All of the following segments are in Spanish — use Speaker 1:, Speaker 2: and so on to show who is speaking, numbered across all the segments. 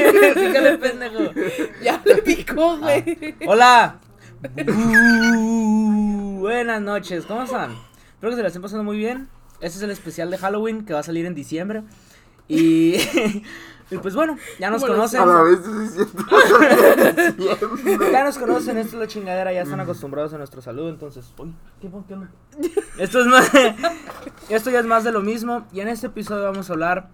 Speaker 1: Fíjale, pendejo.
Speaker 2: Ya le
Speaker 3: Ah.
Speaker 2: picó, güey.
Speaker 1: Hola. Bu- Buenas noches, ¿cómo están? Espero que se la estén pasando muy bien. Este es el especial de Halloween que va a salir en diciembre. Y, y pues bueno, ya nos
Speaker 2: Bueno,
Speaker 1: conocen.
Speaker 3: A la vez se siente.
Speaker 1: Ya nos conocen, esto es la chingadera, ya están acostumbrados a nuestro saludo, entonces. Uy, ¿qué pon- qué onda? Esto es más. esto ya es más de lo mismo. Y en este episodio vamos a hablar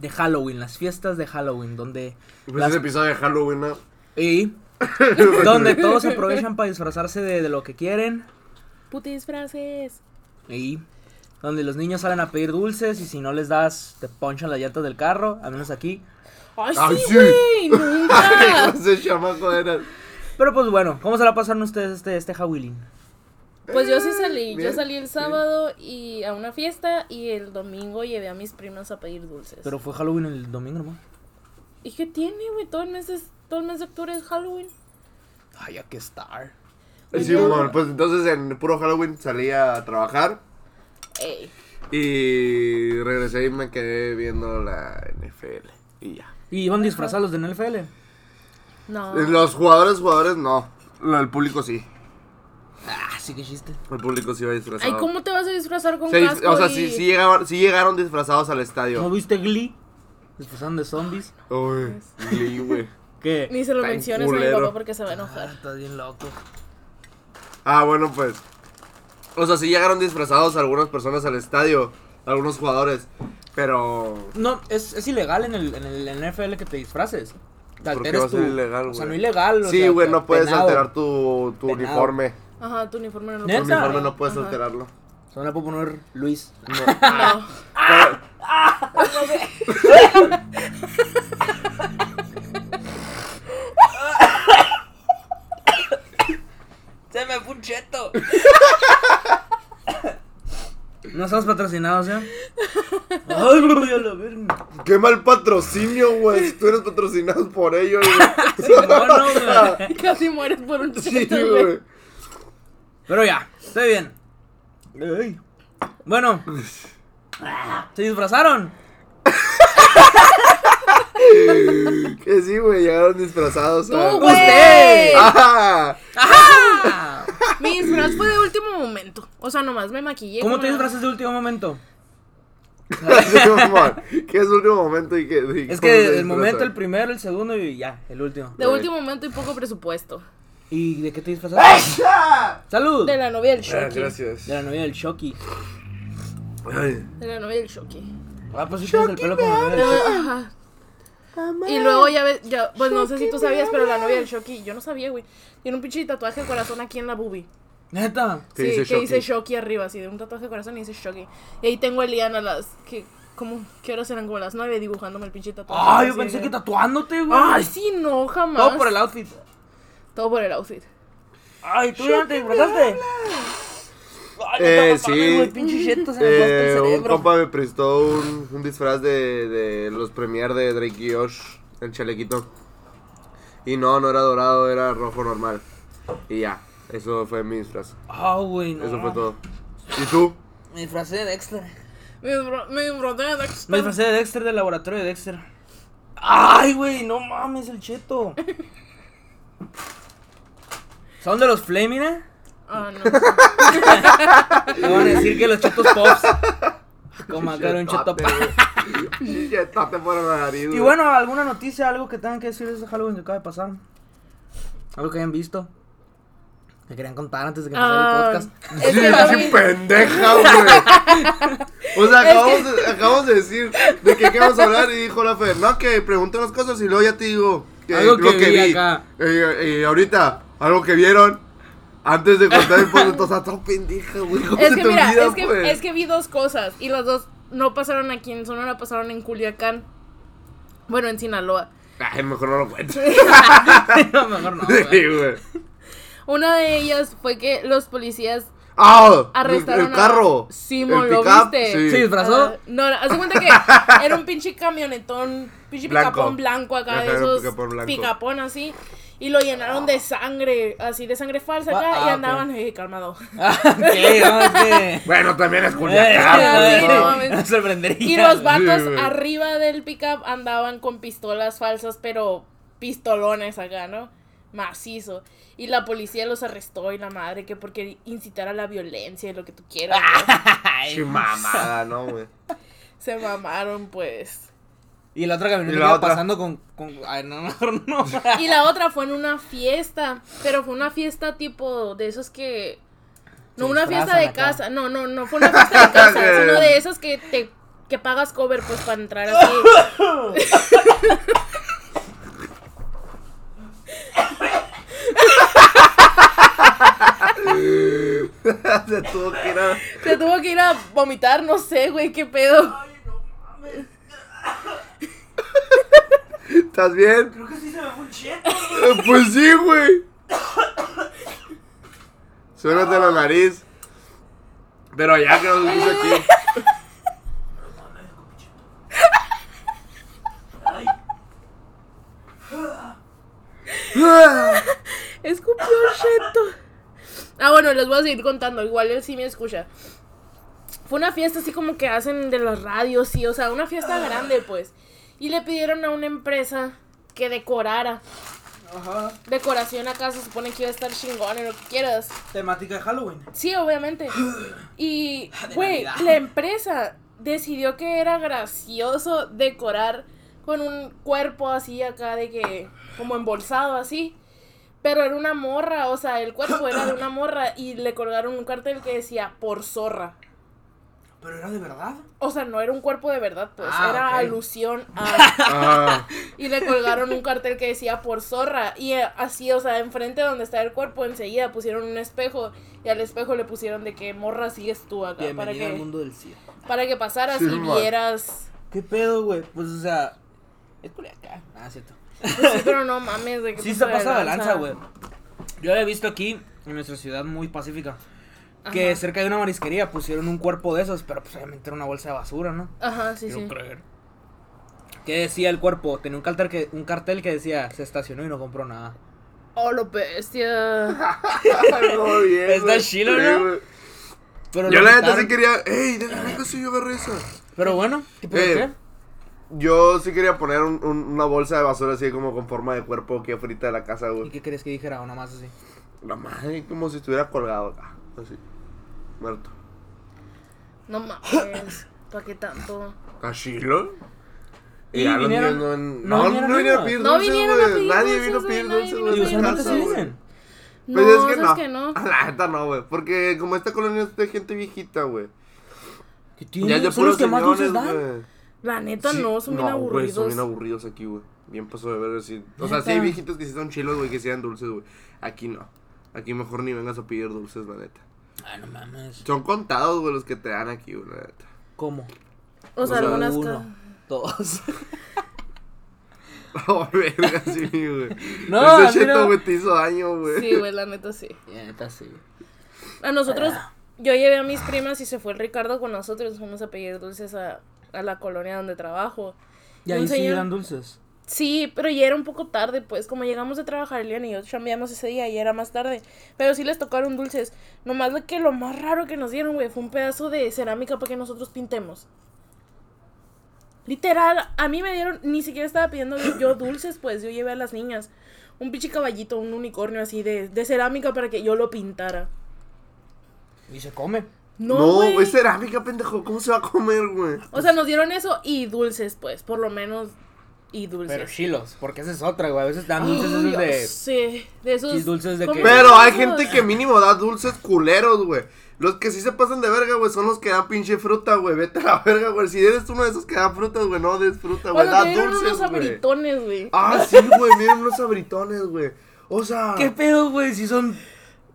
Speaker 1: de Halloween, las fiestas de Halloween, donde.
Speaker 3: Pues ese episodio de Halloween, ¿no?
Speaker 1: Y. donde todos aprovechan para disfrazarse de, de lo que quieren.
Speaker 2: Putis frases.
Speaker 1: Y. Donde los niños salen a pedir dulces y si no les das, te ponchan las llantas del carro, al menos aquí.
Speaker 2: Ay,
Speaker 3: Ay,
Speaker 2: sí,
Speaker 3: sí.
Speaker 2: güey.
Speaker 3: Ay,
Speaker 2: Nunca.
Speaker 3: ese chamaco era.
Speaker 1: Pero pues bueno, ¿cómo se la pasaron ustedes este, este Halloween?
Speaker 2: Pues yo sí salí. Yo
Speaker 3: Bien,
Speaker 2: salí el sábado y a una fiesta y el domingo llevé a mis primas a pedir dulces.
Speaker 1: Pero fue Halloween el domingo nomás.
Speaker 2: ¿Y qué tiene, güey? Todo el mes es- todo el mes de octubre es Halloween.
Speaker 1: Ay, ya que star.
Speaker 2: Pues
Speaker 3: Sí,
Speaker 2: yo-
Speaker 3: bueno, pues entonces en puro Halloween salí a trabajar
Speaker 2: Ey.
Speaker 3: y regresé y me quedé viendo la NFL. Y ya.
Speaker 1: Y iban disfrazados los de NFL.
Speaker 2: No.
Speaker 3: Los jugadores, jugadores no. Lo- El público sí.
Speaker 1: Ah, sí que chiste.
Speaker 3: El público sí va disfrazado.
Speaker 2: Ay, ¿cómo te vas a disfrazar con
Speaker 3: Se dis-
Speaker 2: casco
Speaker 3: o sea,
Speaker 2: y-
Speaker 3: sí, sí llegaban, sí llegaron disfrazados al
Speaker 1: ¿No
Speaker 3: estadio.
Speaker 1: viste Glee? Disfrazaron de zombies.
Speaker 3: Uy, Glee, güey.
Speaker 1: ¿Qué?
Speaker 2: Ni se lo
Speaker 3: Tan
Speaker 2: menciones a mi
Speaker 3: culero.
Speaker 2: papá porque se va a enojar.
Speaker 1: Ah, estás bien loco.
Speaker 3: Ah, bueno, pues. O sea, sí llegaron disfrazados algunas personas al estadio, algunos jugadores, pero...
Speaker 1: No, es, es ilegal en el, en el NFL que te disfraces. Te
Speaker 3: ¿Por qué
Speaker 1: alteres
Speaker 3: va a ser
Speaker 1: tu-
Speaker 3: ilegal,
Speaker 1: O sea,
Speaker 3: güey?
Speaker 1: no ilegal. o
Speaker 3: Sí,
Speaker 1: sea,
Speaker 3: güey,
Speaker 1: te-
Speaker 3: no puedes
Speaker 1: penado.
Speaker 3: alterar tu, tu
Speaker 1: Penado.
Speaker 3: uniforme.
Speaker 2: Ajá, tu uniforme no lo
Speaker 1: ¿Neta?
Speaker 3: Tu uniforme no puedes
Speaker 2: Ajá.
Speaker 3: alterarlo.
Speaker 1: O sea, no le puedo poner Luis.
Speaker 2: No.
Speaker 1: Se me fue un cheto. No estamos patrocinados, ¿ya? Ay, me voy a la verga.
Speaker 3: ¡Qué mal patrocinio, güey! Si tú eres patrocinado por ellos, güey.
Speaker 1: Sí, no, no, güey.
Speaker 2: Casi mueres por un
Speaker 3: Sí,
Speaker 2: cheto, güey.
Speaker 3: güey.
Speaker 1: Pero ya, estoy bien. Bueno, se disfrazaron.
Speaker 3: Que sí, güey, llegaron disfrazados. a-
Speaker 2: Tú,
Speaker 1: Usted.
Speaker 2: güey.
Speaker 3: ¡Ah!
Speaker 1: ¡Ajá!
Speaker 2: Mi disfraz fue de último momento. O sea, nomás me maquillé.
Speaker 1: ¿Cómo
Speaker 2: con
Speaker 1: te
Speaker 2: la-
Speaker 1: disfrazas de último momento?
Speaker 3: Sí, mamón. Que es el último momento y que... y
Speaker 1: Es
Speaker 3: cómo se
Speaker 1: que el
Speaker 3: disfrazan.
Speaker 1: momento, el primero, el segundo y ya, el último.
Speaker 2: De último momento y poco presupuesto.
Speaker 1: ¿Y de qué te disfrazaste?
Speaker 3: ¡Ah!
Speaker 1: ¡Salud!
Speaker 2: De
Speaker 1: De
Speaker 2: la novia del
Speaker 3: Ah,
Speaker 2: Shoki.
Speaker 3: gracias.
Speaker 1: la novia del Chucky.
Speaker 3: Ay.
Speaker 2: de la novia del Shoki.
Speaker 1: Ah, pues sí tienes el pelo como la novia del Chucky.
Speaker 2: Ajá. Y luego ya ves, ya, pues no sé si tú sabías, pero la novia del Shoki, yo no sabía, güey. Tiene un pinche tatuaje de corazón aquí en la boobie.
Speaker 1: Neta.
Speaker 3: ¿Qué
Speaker 2: sí,
Speaker 3: dice
Speaker 2: que dice
Speaker 3: Shoki?
Speaker 2: Shoki arriba, así de un tatuaje de corazón y dice Shoki. Y ahí tengo a Eliana a las que como qué horas eran como las nueve dibujándome el pinche tatuaje.
Speaker 1: Ay, yo
Speaker 2: así
Speaker 1: pensé
Speaker 2: de-
Speaker 1: que tatuándote, güey.
Speaker 2: Ay, sí, no, jamás.
Speaker 1: Todo por el outfit.
Speaker 2: Todo por el outfit.
Speaker 1: Ay, ¿tú ya te disfrazaste? Ay, no
Speaker 3: Eh,
Speaker 1: te mames,
Speaker 3: sí.
Speaker 1: güey, pinche cheto, se me atascó Ah, el
Speaker 3: Eh, un
Speaker 1: cerebro.
Speaker 3: compa me prestó un, un disfraz de, de los premier de Drake y Josh, el chalequito. Y no, no era dorado, era rojo normal. Y ya, eso fue mi disfraz.
Speaker 1: Ah, güey, no.
Speaker 3: Eso fue todo. ¿Y tú?
Speaker 1: Me disfracé de Dexter.
Speaker 2: Me disfra- me disfrazé de Dexter.
Speaker 1: Me disfracé de Dexter del laboratorio de Dexter. Ay, güey, no mames, el cheto. ¿Son de los Flaming, eh?
Speaker 2: Ah, no.
Speaker 1: Me van a decir que los chetos pops. Como acá era un cheto pop.
Speaker 3: Chetate por la nariz.
Speaker 1: Y
Speaker 3: güey.
Speaker 1: bueno, ¿alguna noticia, algo que tengan que decir de este Halloween que acaba de pasar? Algo que hayan visto. Que querían contar antes de que empezara
Speaker 2: Ah,
Speaker 1: el podcast.
Speaker 2: es
Speaker 3: Sí,
Speaker 2: que
Speaker 3: pinche
Speaker 2: también-
Speaker 3: pendeja, güey. O sea, acabamos, de, acabamos de decir de que qué vamos a hablar y dijo la Fer, no, que pregunté las cosas y luego ya te digo que
Speaker 1: Algo
Speaker 3: lo
Speaker 1: que
Speaker 3: que,
Speaker 1: vi
Speaker 3: vi.
Speaker 1: acá.
Speaker 3: Y, y ahorita, algo que vieron antes de contar el podcast, o sea, todo pendeja, güey. ¿Cómo
Speaker 2: Es
Speaker 3: se
Speaker 2: que
Speaker 3: te
Speaker 2: mira,
Speaker 3: olvida,
Speaker 2: es, que,
Speaker 3: pues?
Speaker 2: es que vi dos cosas y las dos no pasaron aquí en Sonora, pasaron en Culiacán. Bueno, en Sinaloa.
Speaker 3: Ay, mejor no lo cuento.
Speaker 1: Mejor no.
Speaker 3: Sí,
Speaker 1: güey.
Speaker 3: güey.
Speaker 2: Una de ellas fue que los policías
Speaker 3: ¡Ah!
Speaker 2: arrestaron
Speaker 3: el carro.
Speaker 2: a... Simón,
Speaker 3: el
Speaker 2: ¿lo
Speaker 3: pickup,
Speaker 2: viste?
Speaker 3: sí.
Speaker 1: ¿Se disfrazó?
Speaker 2: Ah, no, no, haz de cuenta que era un pinche camionetón, pinche
Speaker 3: Blanco.
Speaker 2: picapón blanco acá,
Speaker 3: Ajá,
Speaker 2: de
Speaker 3: era un
Speaker 2: esos
Speaker 3: picapón blanco.
Speaker 2: picapón así. Y lo llenaron de sangre, así de sangre falsa
Speaker 1: Gua-
Speaker 2: acá.
Speaker 1: ah,
Speaker 2: y
Speaker 1: ok.
Speaker 2: andaban, eh, calmado.
Speaker 1: Ah, ok, vamos que.
Speaker 3: Bueno, también es
Speaker 2: Eh,
Speaker 3: Culiacán.
Speaker 2: sí,
Speaker 3: güey,
Speaker 2: no
Speaker 3: ¿no?
Speaker 2: mames.
Speaker 1: Me sorprendería.
Speaker 2: Y los vatos
Speaker 3: Sí, güey.
Speaker 2: arriba del pickup andaban con pistolas falsas, pero pistolones acá, ¿no? Macizo. Y la policía los arrestó y la madre, que porque incitar a la violencia y lo que tú quieras. ¿no?
Speaker 1: Ay.
Speaker 3: Sí, mamada, no, güey.
Speaker 2: Se mamaron, pues.
Speaker 1: Y la otra camioneta
Speaker 3: Y la
Speaker 1: iba
Speaker 3: otra.
Speaker 1: pasando con, con. Ay, no, mejor no.
Speaker 2: Y la otra fue en una fiesta, pero fue una fiesta tipo de esos que... No,
Speaker 1: Se
Speaker 2: una fiesta
Speaker 1: disfrazan
Speaker 2: de
Speaker 1: acá.
Speaker 2: casa. No, no, no fue una fiesta de casa. Es uno de esos que te que pagas cover pues para entrar así.
Speaker 3: Se tuvo que ir a-
Speaker 2: Se tuvo que ir a vomitar, no sé, güey, qué pedo.
Speaker 3: ¿Estás bien?
Speaker 1: Creo que sí se me fue un
Speaker 3: Eh, Pues sí, güey. Suénate la nariz. Pero ya que nos puso aquí. Ah,
Speaker 2: Escupió cheto. Ah, bueno, les voy a seguir contando. Igual él sí me escucha. Fue una fiesta así como que hacen de las radios, sí. O sea, una fiesta grande, pues. Y le pidieron a una empresa que decorara.
Speaker 1: Ajá.
Speaker 2: Decoración acá se supone que iba a estar chingón y lo que quieras.
Speaker 1: Temática de Halloween.
Speaker 2: Sí, obviamente. Y,
Speaker 1: De
Speaker 2: güey,
Speaker 1: Navidad.
Speaker 2: la empresa decidió que era gracioso decorar con un cuerpo así acá de que, como embolsado así. Pero era una morra, o sea, el cuerpo era de una morra y le colgaron un cartel que decía por zorra.
Speaker 1: Pero era de verdad.
Speaker 2: O sea, no era un cuerpo de verdad, pues
Speaker 1: Ah,
Speaker 2: era
Speaker 1: ok.
Speaker 2: alusión a...
Speaker 3: ah,
Speaker 2: Y le colgaron un cartel que decía por zorra. Y eh, así, o sea, enfrente donde está el cuerpo, enseguida pusieron un espejo. Y al espejo le pusieron de que morra sigues tú acá. para
Speaker 1: Bienvenido
Speaker 2: que,
Speaker 1: al mundo del cine.
Speaker 2: para que pasaras
Speaker 3: Sí,
Speaker 2: y
Speaker 3: man.
Speaker 2: vieras.
Speaker 1: ¿Qué pedo, güey? Pues, o sea. Es Culiacán. Ah, cierto.
Speaker 2: Pues sí, pero no mames, de que
Speaker 1: Sí,
Speaker 2: tú
Speaker 1: se
Speaker 2: sabes
Speaker 1: pasa de lanza,
Speaker 2: danza.
Speaker 1: güey. Yo había visto aquí, en nuestra ciudad muy pacífica, que
Speaker 2: Ajá.
Speaker 1: cerca de una marisquería pusieron un cuerpo de esos, pero pues obviamente era una bolsa de basura, ¿no?
Speaker 2: Ajá, sí,
Speaker 1: Quiero
Speaker 2: sí.
Speaker 1: creer. ¿Qué decía el cuerpo? Tenía un cartel, que, un cartel que decía, se estacionó y no compró nada.
Speaker 2: Oh, lo bestia.
Speaker 3: no, bien,
Speaker 1: Está
Speaker 3: güey.
Speaker 1: chilo,
Speaker 3: Sí,
Speaker 1: ¿no?
Speaker 3: güey.
Speaker 1: Pero
Speaker 3: Yo
Speaker 1: lo
Speaker 3: la neta
Speaker 1: quitaron.
Speaker 3: sí quería. ¡Ey! De la neta sí yo agarré esa.
Speaker 1: Pero bueno, ¿qué por
Speaker 3: Eh,
Speaker 1: qué?
Speaker 3: Yo sí quería poner un- un- una bolsa de basura así como con forma de cuerpo que frita de la casa,
Speaker 1: ¿Y
Speaker 3: güey.
Speaker 1: qué crees que dijera o nomás así?
Speaker 3: La madre, como si estuviera colgado acá. Así. Muerto.
Speaker 2: No mames. ¿Para qué tanto?
Speaker 3: ¿A Shiloh?
Speaker 1: Y
Speaker 3: ya los
Speaker 1: vinieron-
Speaker 3: niños en-
Speaker 1: no
Speaker 3: no,
Speaker 1: vinieron
Speaker 3: no vinieron a
Speaker 1: niños.
Speaker 3: pedir
Speaker 2: No
Speaker 3: dulces,
Speaker 2: vinieron a
Speaker 3: güey.
Speaker 2: pedir
Speaker 3: Nadie
Speaker 2: dulces,
Speaker 3: vino a
Speaker 2: güey,
Speaker 3: pedir
Speaker 2: nadie
Speaker 3: dulces,
Speaker 2: vino a
Speaker 3: güey,
Speaker 1: Y
Speaker 2: pedir
Speaker 3: en
Speaker 2: dulces.
Speaker 1: usualmente
Speaker 3: casa,
Speaker 1: sí
Speaker 2: güey.
Speaker 1: vienen.
Speaker 2: No,
Speaker 3: Pues es que
Speaker 2: sabes
Speaker 3: no.
Speaker 2: que no.
Speaker 3: A la neta no, güey. Porque como esta colonia es de gente viejita, güey.
Speaker 1: ¿Qué
Speaker 3: Ya es de
Speaker 1: tiene? Son los
Speaker 3: puros
Speaker 1: que más dulces
Speaker 3: señores,
Speaker 1: dan.
Speaker 3: güey.
Speaker 2: La neta
Speaker 3: Sí,
Speaker 2: no, son bien
Speaker 3: no, güey,
Speaker 2: aburridos.
Speaker 3: son bien aburridos aquí, güey. Bien paso de ver sí. O sea,
Speaker 1: Neta.
Speaker 3: sí hay viejitos que sí son chilos, güey, que sí dan dulces, güey. Aquí no. Aquí mejor ni vengas a pedir dulces, la neta.
Speaker 1: Ah, no mames.
Speaker 3: Son contados, güey, los que te dan aquí, güey, la neta.
Speaker 1: ¿Cómo?
Speaker 2: o sea,
Speaker 3: o sea,
Speaker 2: algunas ca-
Speaker 1: Uno, dos.
Speaker 3: Oh, verga, sí, güey.
Speaker 1: No, a mí
Speaker 3: Ese cheto,
Speaker 1: no.
Speaker 3: güey, te hizo daño, güey.
Speaker 2: Sí, güey, la neta sí.
Speaker 1: Ya, neta sí.
Speaker 2: A nosotros,
Speaker 1: Ah.
Speaker 2: yo llevé a mis primas y se fue el Ricardo con nosotros. Fuimos a pedir dulces a, a la colonia donde trabajo.
Speaker 1: Y
Speaker 2: Un
Speaker 1: ahí sí
Speaker 2: señor-
Speaker 1: dan dulces.
Speaker 2: Sí, pero ya era un poco tarde, pues. Como llegamos de trabajar, Elian y yo chambeamos ese día y era más tarde. Pero sí les tocaron dulces. Nomás lo que lo más raro que nos dieron, güey, fue un pedazo de cerámica para que nosotros pintemos. Literal, a mí me dieron, ni siquiera estaba pidiendo yo dulces, pues yo llevé a las niñas un pinche caballito, un unicornio así de, de cerámica para que yo lo pintara.
Speaker 1: Y se come.
Speaker 2: No,
Speaker 3: No,
Speaker 2: güey.
Speaker 3: es cerámica, pendejo. ¿Cómo se va a comer, güey?
Speaker 2: O sea, nos dieron eso y dulces, pues, por lo menos y dulces.
Speaker 1: Pero chilos, porque esa es otra, güey. A veces dan
Speaker 2: Ay,
Speaker 1: dulces esos de.
Speaker 2: Sí, de esos.
Speaker 1: Sí, dulces de
Speaker 2: ¿cómo
Speaker 1: que-
Speaker 2: se
Speaker 3: Pero
Speaker 2: llaman
Speaker 3: hay
Speaker 2: esos?
Speaker 3: gente que mínimo da dulces culeros, güey. Los que sí se pasan de verga, güey, son los que dan pinche fruta, güey. Vete a la verga, güey. Si eres uno de esos que dan frutas, güey, no des fruta, güey.
Speaker 2: Cuando
Speaker 3: Da
Speaker 2: te dieron
Speaker 3: dulces,
Speaker 2: unos
Speaker 3: güey.
Speaker 2: abritones, güey.
Speaker 3: Ah, sí, güey. Miren unos abritones, güey. O sea,
Speaker 1: ¿Qué pedo, güey? Si son.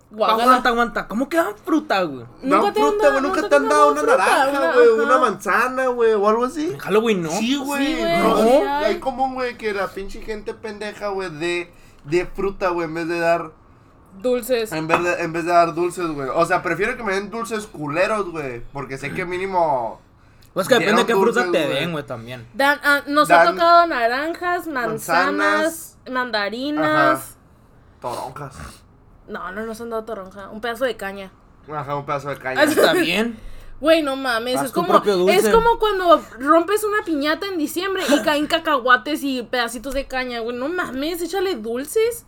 Speaker 2: Guácala.
Speaker 1: Aguanta, aguanta. ¿Cómo que dan fruta, güey?
Speaker 2: Nunca
Speaker 3: dan
Speaker 2: te han
Speaker 3: fruta,
Speaker 2: dado-
Speaker 3: güey. Nunca
Speaker 2: nunca
Speaker 3: te han dado una
Speaker 2: fruta,
Speaker 3: naranja,
Speaker 2: una-
Speaker 3: güey.
Speaker 2: ajá.
Speaker 3: Una manzana, güey, o algo así.
Speaker 1: En Halloween no.
Speaker 3: Sí,
Speaker 2: Sí,
Speaker 3: güey.
Speaker 2: güey,
Speaker 3: no,
Speaker 2: sí
Speaker 3: es-
Speaker 2: hay.
Speaker 3: hay común, güey, que la pinche gente pendeja, güey, de, de fruta, güey, en vez de dar.
Speaker 2: Dulces.
Speaker 3: En vez de, en vez de dar dulces, güey. O sea, prefiero que me den dulces culeros, güey. Porque sé que mínimo.
Speaker 1: Pues que depende de qué
Speaker 3: Dieron
Speaker 1: fruta
Speaker 3: dulces,
Speaker 1: te
Speaker 3: güey.
Speaker 1: den, güey, también.
Speaker 2: Dan- ah, nos ha
Speaker 3: Dan-
Speaker 2: tocado naranjas, manzanas,
Speaker 3: Manzanas.
Speaker 2: mandarinas.
Speaker 3: Toronjas.
Speaker 2: No, no nos han dado toronja. Un pedazo de caña.
Speaker 3: Ajá, un pedazo de caña.
Speaker 2: Ah, sí.
Speaker 1: Está bien.
Speaker 2: Güey, no mames.
Speaker 1: Haz
Speaker 2: Es
Speaker 1: tu
Speaker 2: como,
Speaker 1: propio dulce.
Speaker 2: es como cuando rompes una piñata en diciembre y caen cacahuates y pedacitos de caña. Güey, no mames, échale dulces.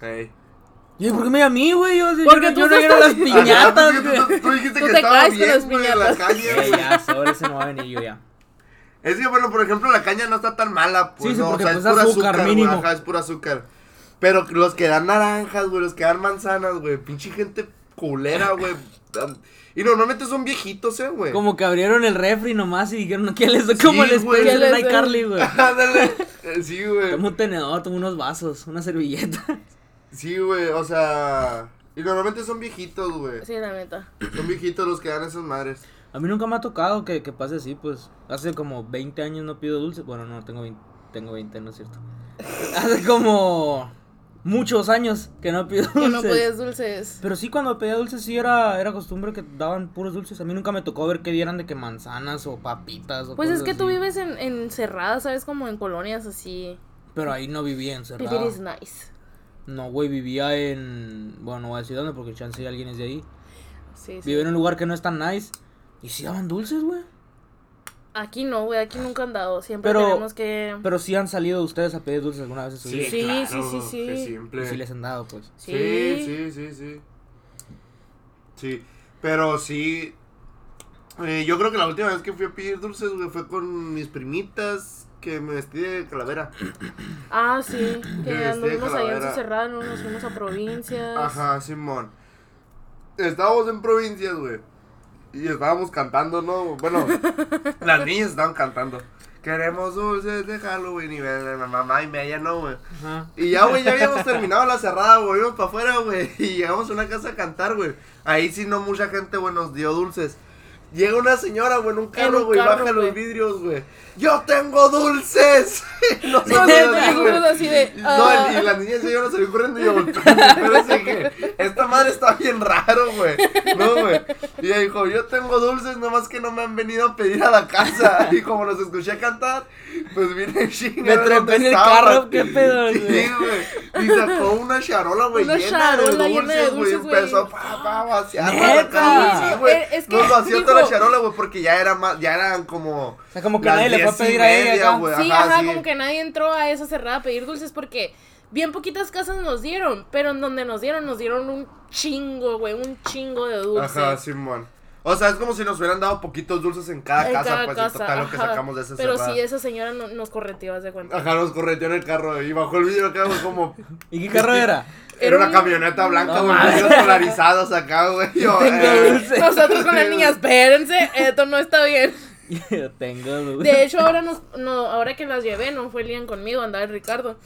Speaker 3: Ey.
Speaker 1: ¿Y por qué me a mí, güey? Yo, yo-
Speaker 2: Porque
Speaker 1: yo,
Speaker 2: tú
Speaker 1: yo
Speaker 2: estás-
Speaker 1: reguero las
Speaker 3: Ajá,
Speaker 1: piñatas,
Speaker 3: tú-
Speaker 1: güey.
Speaker 3: Ah, tú- Tú dijiste
Speaker 2: Tú
Speaker 3: que
Speaker 2: te
Speaker 3: estaba
Speaker 2: caes con las
Speaker 3: bien, güey, la
Speaker 2: piñatas.
Speaker 3: caña.
Speaker 1: Ey, ya, sobre ese no va a venir yo ya.
Speaker 3: Es que, bueno, por ejemplo, la caña no está tan mala, pues.
Speaker 1: Sí, sí,
Speaker 3: no,
Speaker 1: porque,
Speaker 3: o sea,
Speaker 1: pues,
Speaker 3: es pura
Speaker 1: azúcar,
Speaker 3: azúcar, güey,
Speaker 1: mínimo.
Speaker 3: ajá, es pura azúcar. Pero los que dan naranjas, güey, los que dan manzanas, güey, pinche gente culera, güey. Y normalmente son viejitos, eh, güey.
Speaker 1: Como que abrieron el refri nomás y dijeron, ¿qué les doy? Como
Speaker 3: Sí,
Speaker 1: les
Speaker 3: güey.
Speaker 1: puse
Speaker 2: ¿Qué les
Speaker 1: el
Speaker 2: doy?
Speaker 1: iCarly, güey.
Speaker 3: Ándale. Eh, Sí, güey.
Speaker 1: Toma un tenedor, toma unos vasos, una servilleta.
Speaker 3: Sí, güey, o sea. Y normalmente son viejitos, güey.
Speaker 2: Sí, la neta.
Speaker 3: Son viejitos los que dan esas madres.
Speaker 1: A mí nunca me ha tocado que, que pase así, pues. Hace como 20 años no pido dulce. Bueno, no, tengo 20, tengo 20 no es cierto. Hace como muchos años que no pido
Speaker 2: Que
Speaker 1: dulces.
Speaker 2: no podías dulces.
Speaker 1: Pero sí, cuando pedía dulces, sí era, era costumbre que daban puros dulces. A mí nunca me tocó ver que dieran de que manzanas o papitas o
Speaker 2: Pues es
Speaker 1: cosas
Speaker 2: que tú
Speaker 1: así.
Speaker 2: vives en, encerrada, ¿sabes? Como en colonias así.
Speaker 1: Pero ahí no vivía
Speaker 2: Vivir is
Speaker 1: encerrado.
Speaker 2: nice.
Speaker 1: No, güey, vivía en. Bueno, no voy a decir dónde porque chance alguien es de ahí.
Speaker 2: Sí, sí.
Speaker 1: Vivía en un lugar que no es tan nice. Y sí daban dulces, güey.
Speaker 2: Aquí no, güey, aquí nunca han dado. Siempre
Speaker 1: Pero-
Speaker 2: tenemos que.
Speaker 1: Pero sí han salido ustedes a pedir dulces alguna vez en su vida.
Speaker 2: Sí, claro, sí, sí, sí.
Speaker 3: Qué
Speaker 2: qué
Speaker 1: Y
Speaker 3: simple.
Speaker 1: sí les han dado, pues.
Speaker 2: sí.
Speaker 3: Sí, sí, sí, sí. Sí, pero sí. eh, yo creo que la última vez que fui a pedir dulces, güey, fue con mis primitas que me vestí de calavera.
Speaker 2: Ah, sí.
Speaker 3: Que
Speaker 2: Que
Speaker 3: vestía de
Speaker 2: anduvimos allá en
Speaker 3: calavera.
Speaker 2: Serrano, nos fuimos a provincias.
Speaker 3: Ajá, Simón. Estábamos en provincias, güey. Y estábamos cantando, ¿no? Bueno, las niñas estaban cantando. Queremos dulces de Halloween y me- me- mamá y media, ¿no, güey?
Speaker 1: Ajá.
Speaker 3: Y ya, güey, ya habíamos terminado la cerrada, güey, íbamos para afuera, güey, y llegamos a una casa a cantar, güey. Ahí sí no mucha gente, güey, nos dio dulces. Llega una señora, güey, en un carro,
Speaker 2: un
Speaker 3: güey,
Speaker 2: carro,
Speaker 3: baja los
Speaker 2: güey.
Speaker 3: vidrios, güey. ¡Yo tengo dulces! no,
Speaker 2: No,
Speaker 3: sé,
Speaker 2: no,
Speaker 3: güey.
Speaker 2: nosotros así de, ah.
Speaker 3: No, y la niña se yo no salió corriendo y yo, pero así que, esta madre está bien raro, güey. No, güey. Y ella dijo, yo tengo dulces, nomás que no me han venido a pedir a la casa. Y como los escuché cantar, pues vine chinga.
Speaker 1: Me
Speaker 3: a ver
Speaker 1: trepé
Speaker 3: dónde
Speaker 1: en el
Speaker 3: estaban.
Speaker 1: carro, qué pedo,
Speaker 3: Sí,
Speaker 1: güey.
Speaker 3: güey. Y sacó una charola, güey,
Speaker 2: Una
Speaker 3: llena,
Speaker 2: charola
Speaker 3: de
Speaker 2: llena de
Speaker 3: dulces, güey.
Speaker 2: dulces, güey.
Speaker 3: Empezó a pa, pa, vaciar.
Speaker 1: ¡Neta!
Speaker 3: Sí, güey.
Speaker 2: Eh, es que
Speaker 3: Nos vació
Speaker 2: dijo-
Speaker 3: toda la charola, güey, porque ya era más, ya eran como...
Speaker 1: O sea, como que
Speaker 3: las
Speaker 1: nadie le va a
Speaker 3: diez y
Speaker 1: pedir a ella
Speaker 3: media,
Speaker 1: acá.
Speaker 3: güey,
Speaker 2: Sí, ajá,
Speaker 3: pues, sí.
Speaker 2: como que nadie entró a esa cerrada a pedir dulces porque bien poquitas casas nos dieron, pero en donde nos dieron, nos dieron un chingo, güey, un chingo de dulces.
Speaker 3: Ajá, Simón. O sea, es como si nos hubieran dado poquitos dulces en cada
Speaker 2: En
Speaker 3: casa,
Speaker 2: cada
Speaker 3: pues,
Speaker 2: casa,
Speaker 3: en total lo que
Speaker 2: ajá.
Speaker 3: sacamos de esa
Speaker 2: Pero
Speaker 3: cerrada.
Speaker 2: sí, esa señora no- nos correteó, haz de cuenta.
Speaker 3: Ajá, nos correteó en el carro y bajó el vidrio acá, güey, como...
Speaker 1: ¿Y qué carro era?
Speaker 3: Era
Speaker 2: Era
Speaker 3: una
Speaker 2: un-
Speaker 3: camioneta blanca,
Speaker 1: No
Speaker 3: güey,
Speaker 1: mames.
Speaker 3: vidrios polarizados acá, güey. Yo,
Speaker 1: Tengo
Speaker 3: eh,
Speaker 1: dulces.
Speaker 2: Nosotros con las niñas, espérense, esto no está bien.
Speaker 1: Yo tengo dulces.
Speaker 2: De hecho, ahora nos, no, ahora que las llevé, no fue Lian conmigo, andaba el Ricardo.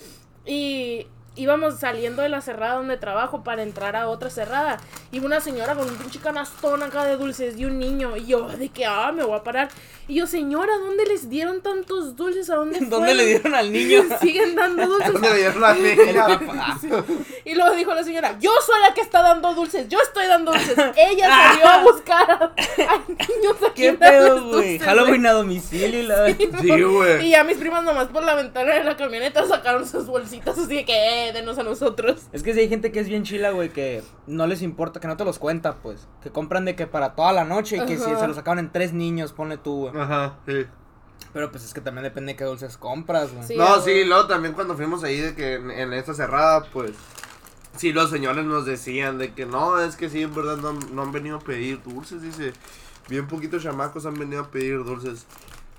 Speaker 2: Y íbamos saliendo de la cerrada donde trabajo para entrar a otra cerrada. Y una señora con un pinche canastón acá de dulces y un niño. Y yo, de que, ah, me voy a parar. Y yo, señora, ¿dónde les dieron tantos dulces? ¿A dónde
Speaker 1: ¿Dónde
Speaker 2: fueron?
Speaker 1: le dieron al niño?
Speaker 2: Siguen dando
Speaker 3: ¿Dónde
Speaker 2: dulces.
Speaker 3: le dieron la niña?
Speaker 1: Ah,
Speaker 2: Y luego dijo la señora, yo soy la que está dando dulces, yo estoy dando dulces. Ella salió a buscar a, a niños a
Speaker 1: ¿Qué
Speaker 2: quien darles
Speaker 1: pedo, güey?
Speaker 2: dulces,
Speaker 1: Halloween a domicilio y la
Speaker 3: Sí, güey.
Speaker 2: Y ya mis primas nomás por la ventana de la camioneta sacaron sus bolsitas, así de que eh, denos a nosotros.
Speaker 1: Es que si hay gente que es bien chila, güey, que no les importa, que no te los cuenta, pues. Que compran de que para toda la noche y que si
Speaker 2: Ajá.
Speaker 1: se los sacaban en tres niños, ponle tú, güey.
Speaker 3: Ajá, sí.
Speaker 1: Pero pues es que también depende de qué dulces compras, güey.
Speaker 2: Sí.
Speaker 3: No,
Speaker 2: güey.
Speaker 3: sí, luego también cuando fuimos ahí de que en, en esta cerrada, pues sí, los señores nos decían de que no, es que sí, en verdad no, han- no han venido a pedir dulces, dice. Bien poquitos chamacos han venido a pedir dulces.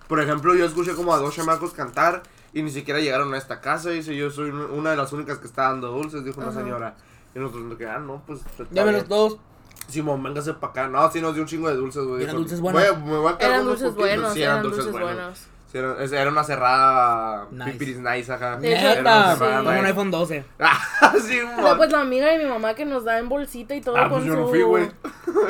Speaker 3: Por ejemplo, yo escuché como a dos chamacos cantar y ni siquiera llegaron a esta casa, dice, yo soy un- una de las únicas que está dando dulces, dijo una
Speaker 2: Ajá.
Speaker 3: señora. Y nosotros nos quedamos, ah, no, pues... está
Speaker 1: Ya
Speaker 3: bien".
Speaker 1: ven los dos.
Speaker 3: Simón, véngase para acá. No, sí nos dio un chingo de dulces, güey.
Speaker 1: Eran
Speaker 3: Dijo,
Speaker 1: dulces buenos.
Speaker 3: "Voy a- me voy a quedar
Speaker 2: Eran
Speaker 3: con unos
Speaker 2: dulces
Speaker 3: poquitos".
Speaker 2: buenos,
Speaker 3: Sí,
Speaker 2: eran dulces buenos.
Speaker 3: Sí, era, es- era una cerrada
Speaker 1: Nice.
Speaker 3: pipiris nice, ajá.
Speaker 2: De hecho, ah,
Speaker 3: Era una
Speaker 1: Neta,
Speaker 2: sí.
Speaker 3: cerrada
Speaker 1: como un
Speaker 3: nice.
Speaker 1: iPhone 12.
Speaker 3: Ah, sí,
Speaker 2: No,
Speaker 3: mo-
Speaker 2: pues la amiga de mi mamá que nos da en bolsita y todo
Speaker 3: Ah,
Speaker 2: con
Speaker 3: pues yo
Speaker 2: su...
Speaker 3: no fui, güey.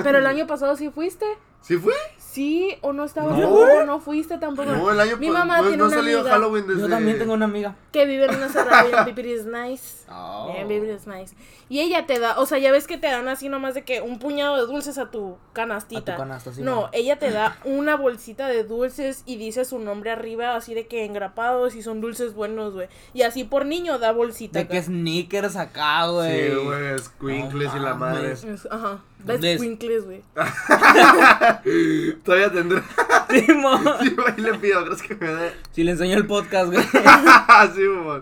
Speaker 2: Pero el año pasado sí fuiste.
Speaker 3: ¿Sí fui?
Speaker 2: Sí, o no estabas
Speaker 1: No.
Speaker 2: tampoco, no fuiste tampoco.
Speaker 3: No, el año
Speaker 2: Mi
Speaker 3: pa-
Speaker 2: mamá
Speaker 3: pues,
Speaker 2: tiene
Speaker 3: no ha
Speaker 2: una
Speaker 3: salido
Speaker 2: amiga
Speaker 3: Halloween desde.
Speaker 1: Yo también tengo una amiga.
Speaker 2: Que vive en una cerrada bien Bibir is nice.
Speaker 3: Oh.
Speaker 2: Bien, Bibir is nice. Y ella te da, o sea, ya ves que te dan así nomás de que un puñado de dulces a tu canastita.
Speaker 1: A tu canasta, sí,
Speaker 2: no,
Speaker 1: mamá.
Speaker 2: ella te da una bolsita de dulces y dice su nombre arriba, así de que engrapados y son dulces buenos, güey. Y así por niño da bolsita.
Speaker 1: De que
Speaker 2: acá.
Speaker 1: sneakers acá, güey.
Speaker 3: Sí, güey, squinkles
Speaker 1: No
Speaker 3: y la madre.
Speaker 1: mames.
Speaker 2: Es- Ajá, da
Speaker 1: ¿Dónde es? Ah,
Speaker 2: squinkles, güey.
Speaker 3: Todavía tendrá.
Speaker 1: Sí, mo.
Speaker 3: Sí, güey, le pido, ¿crees que me dé?
Speaker 1: Sí, le enseño el podcast, güey.
Speaker 3: sí, güey.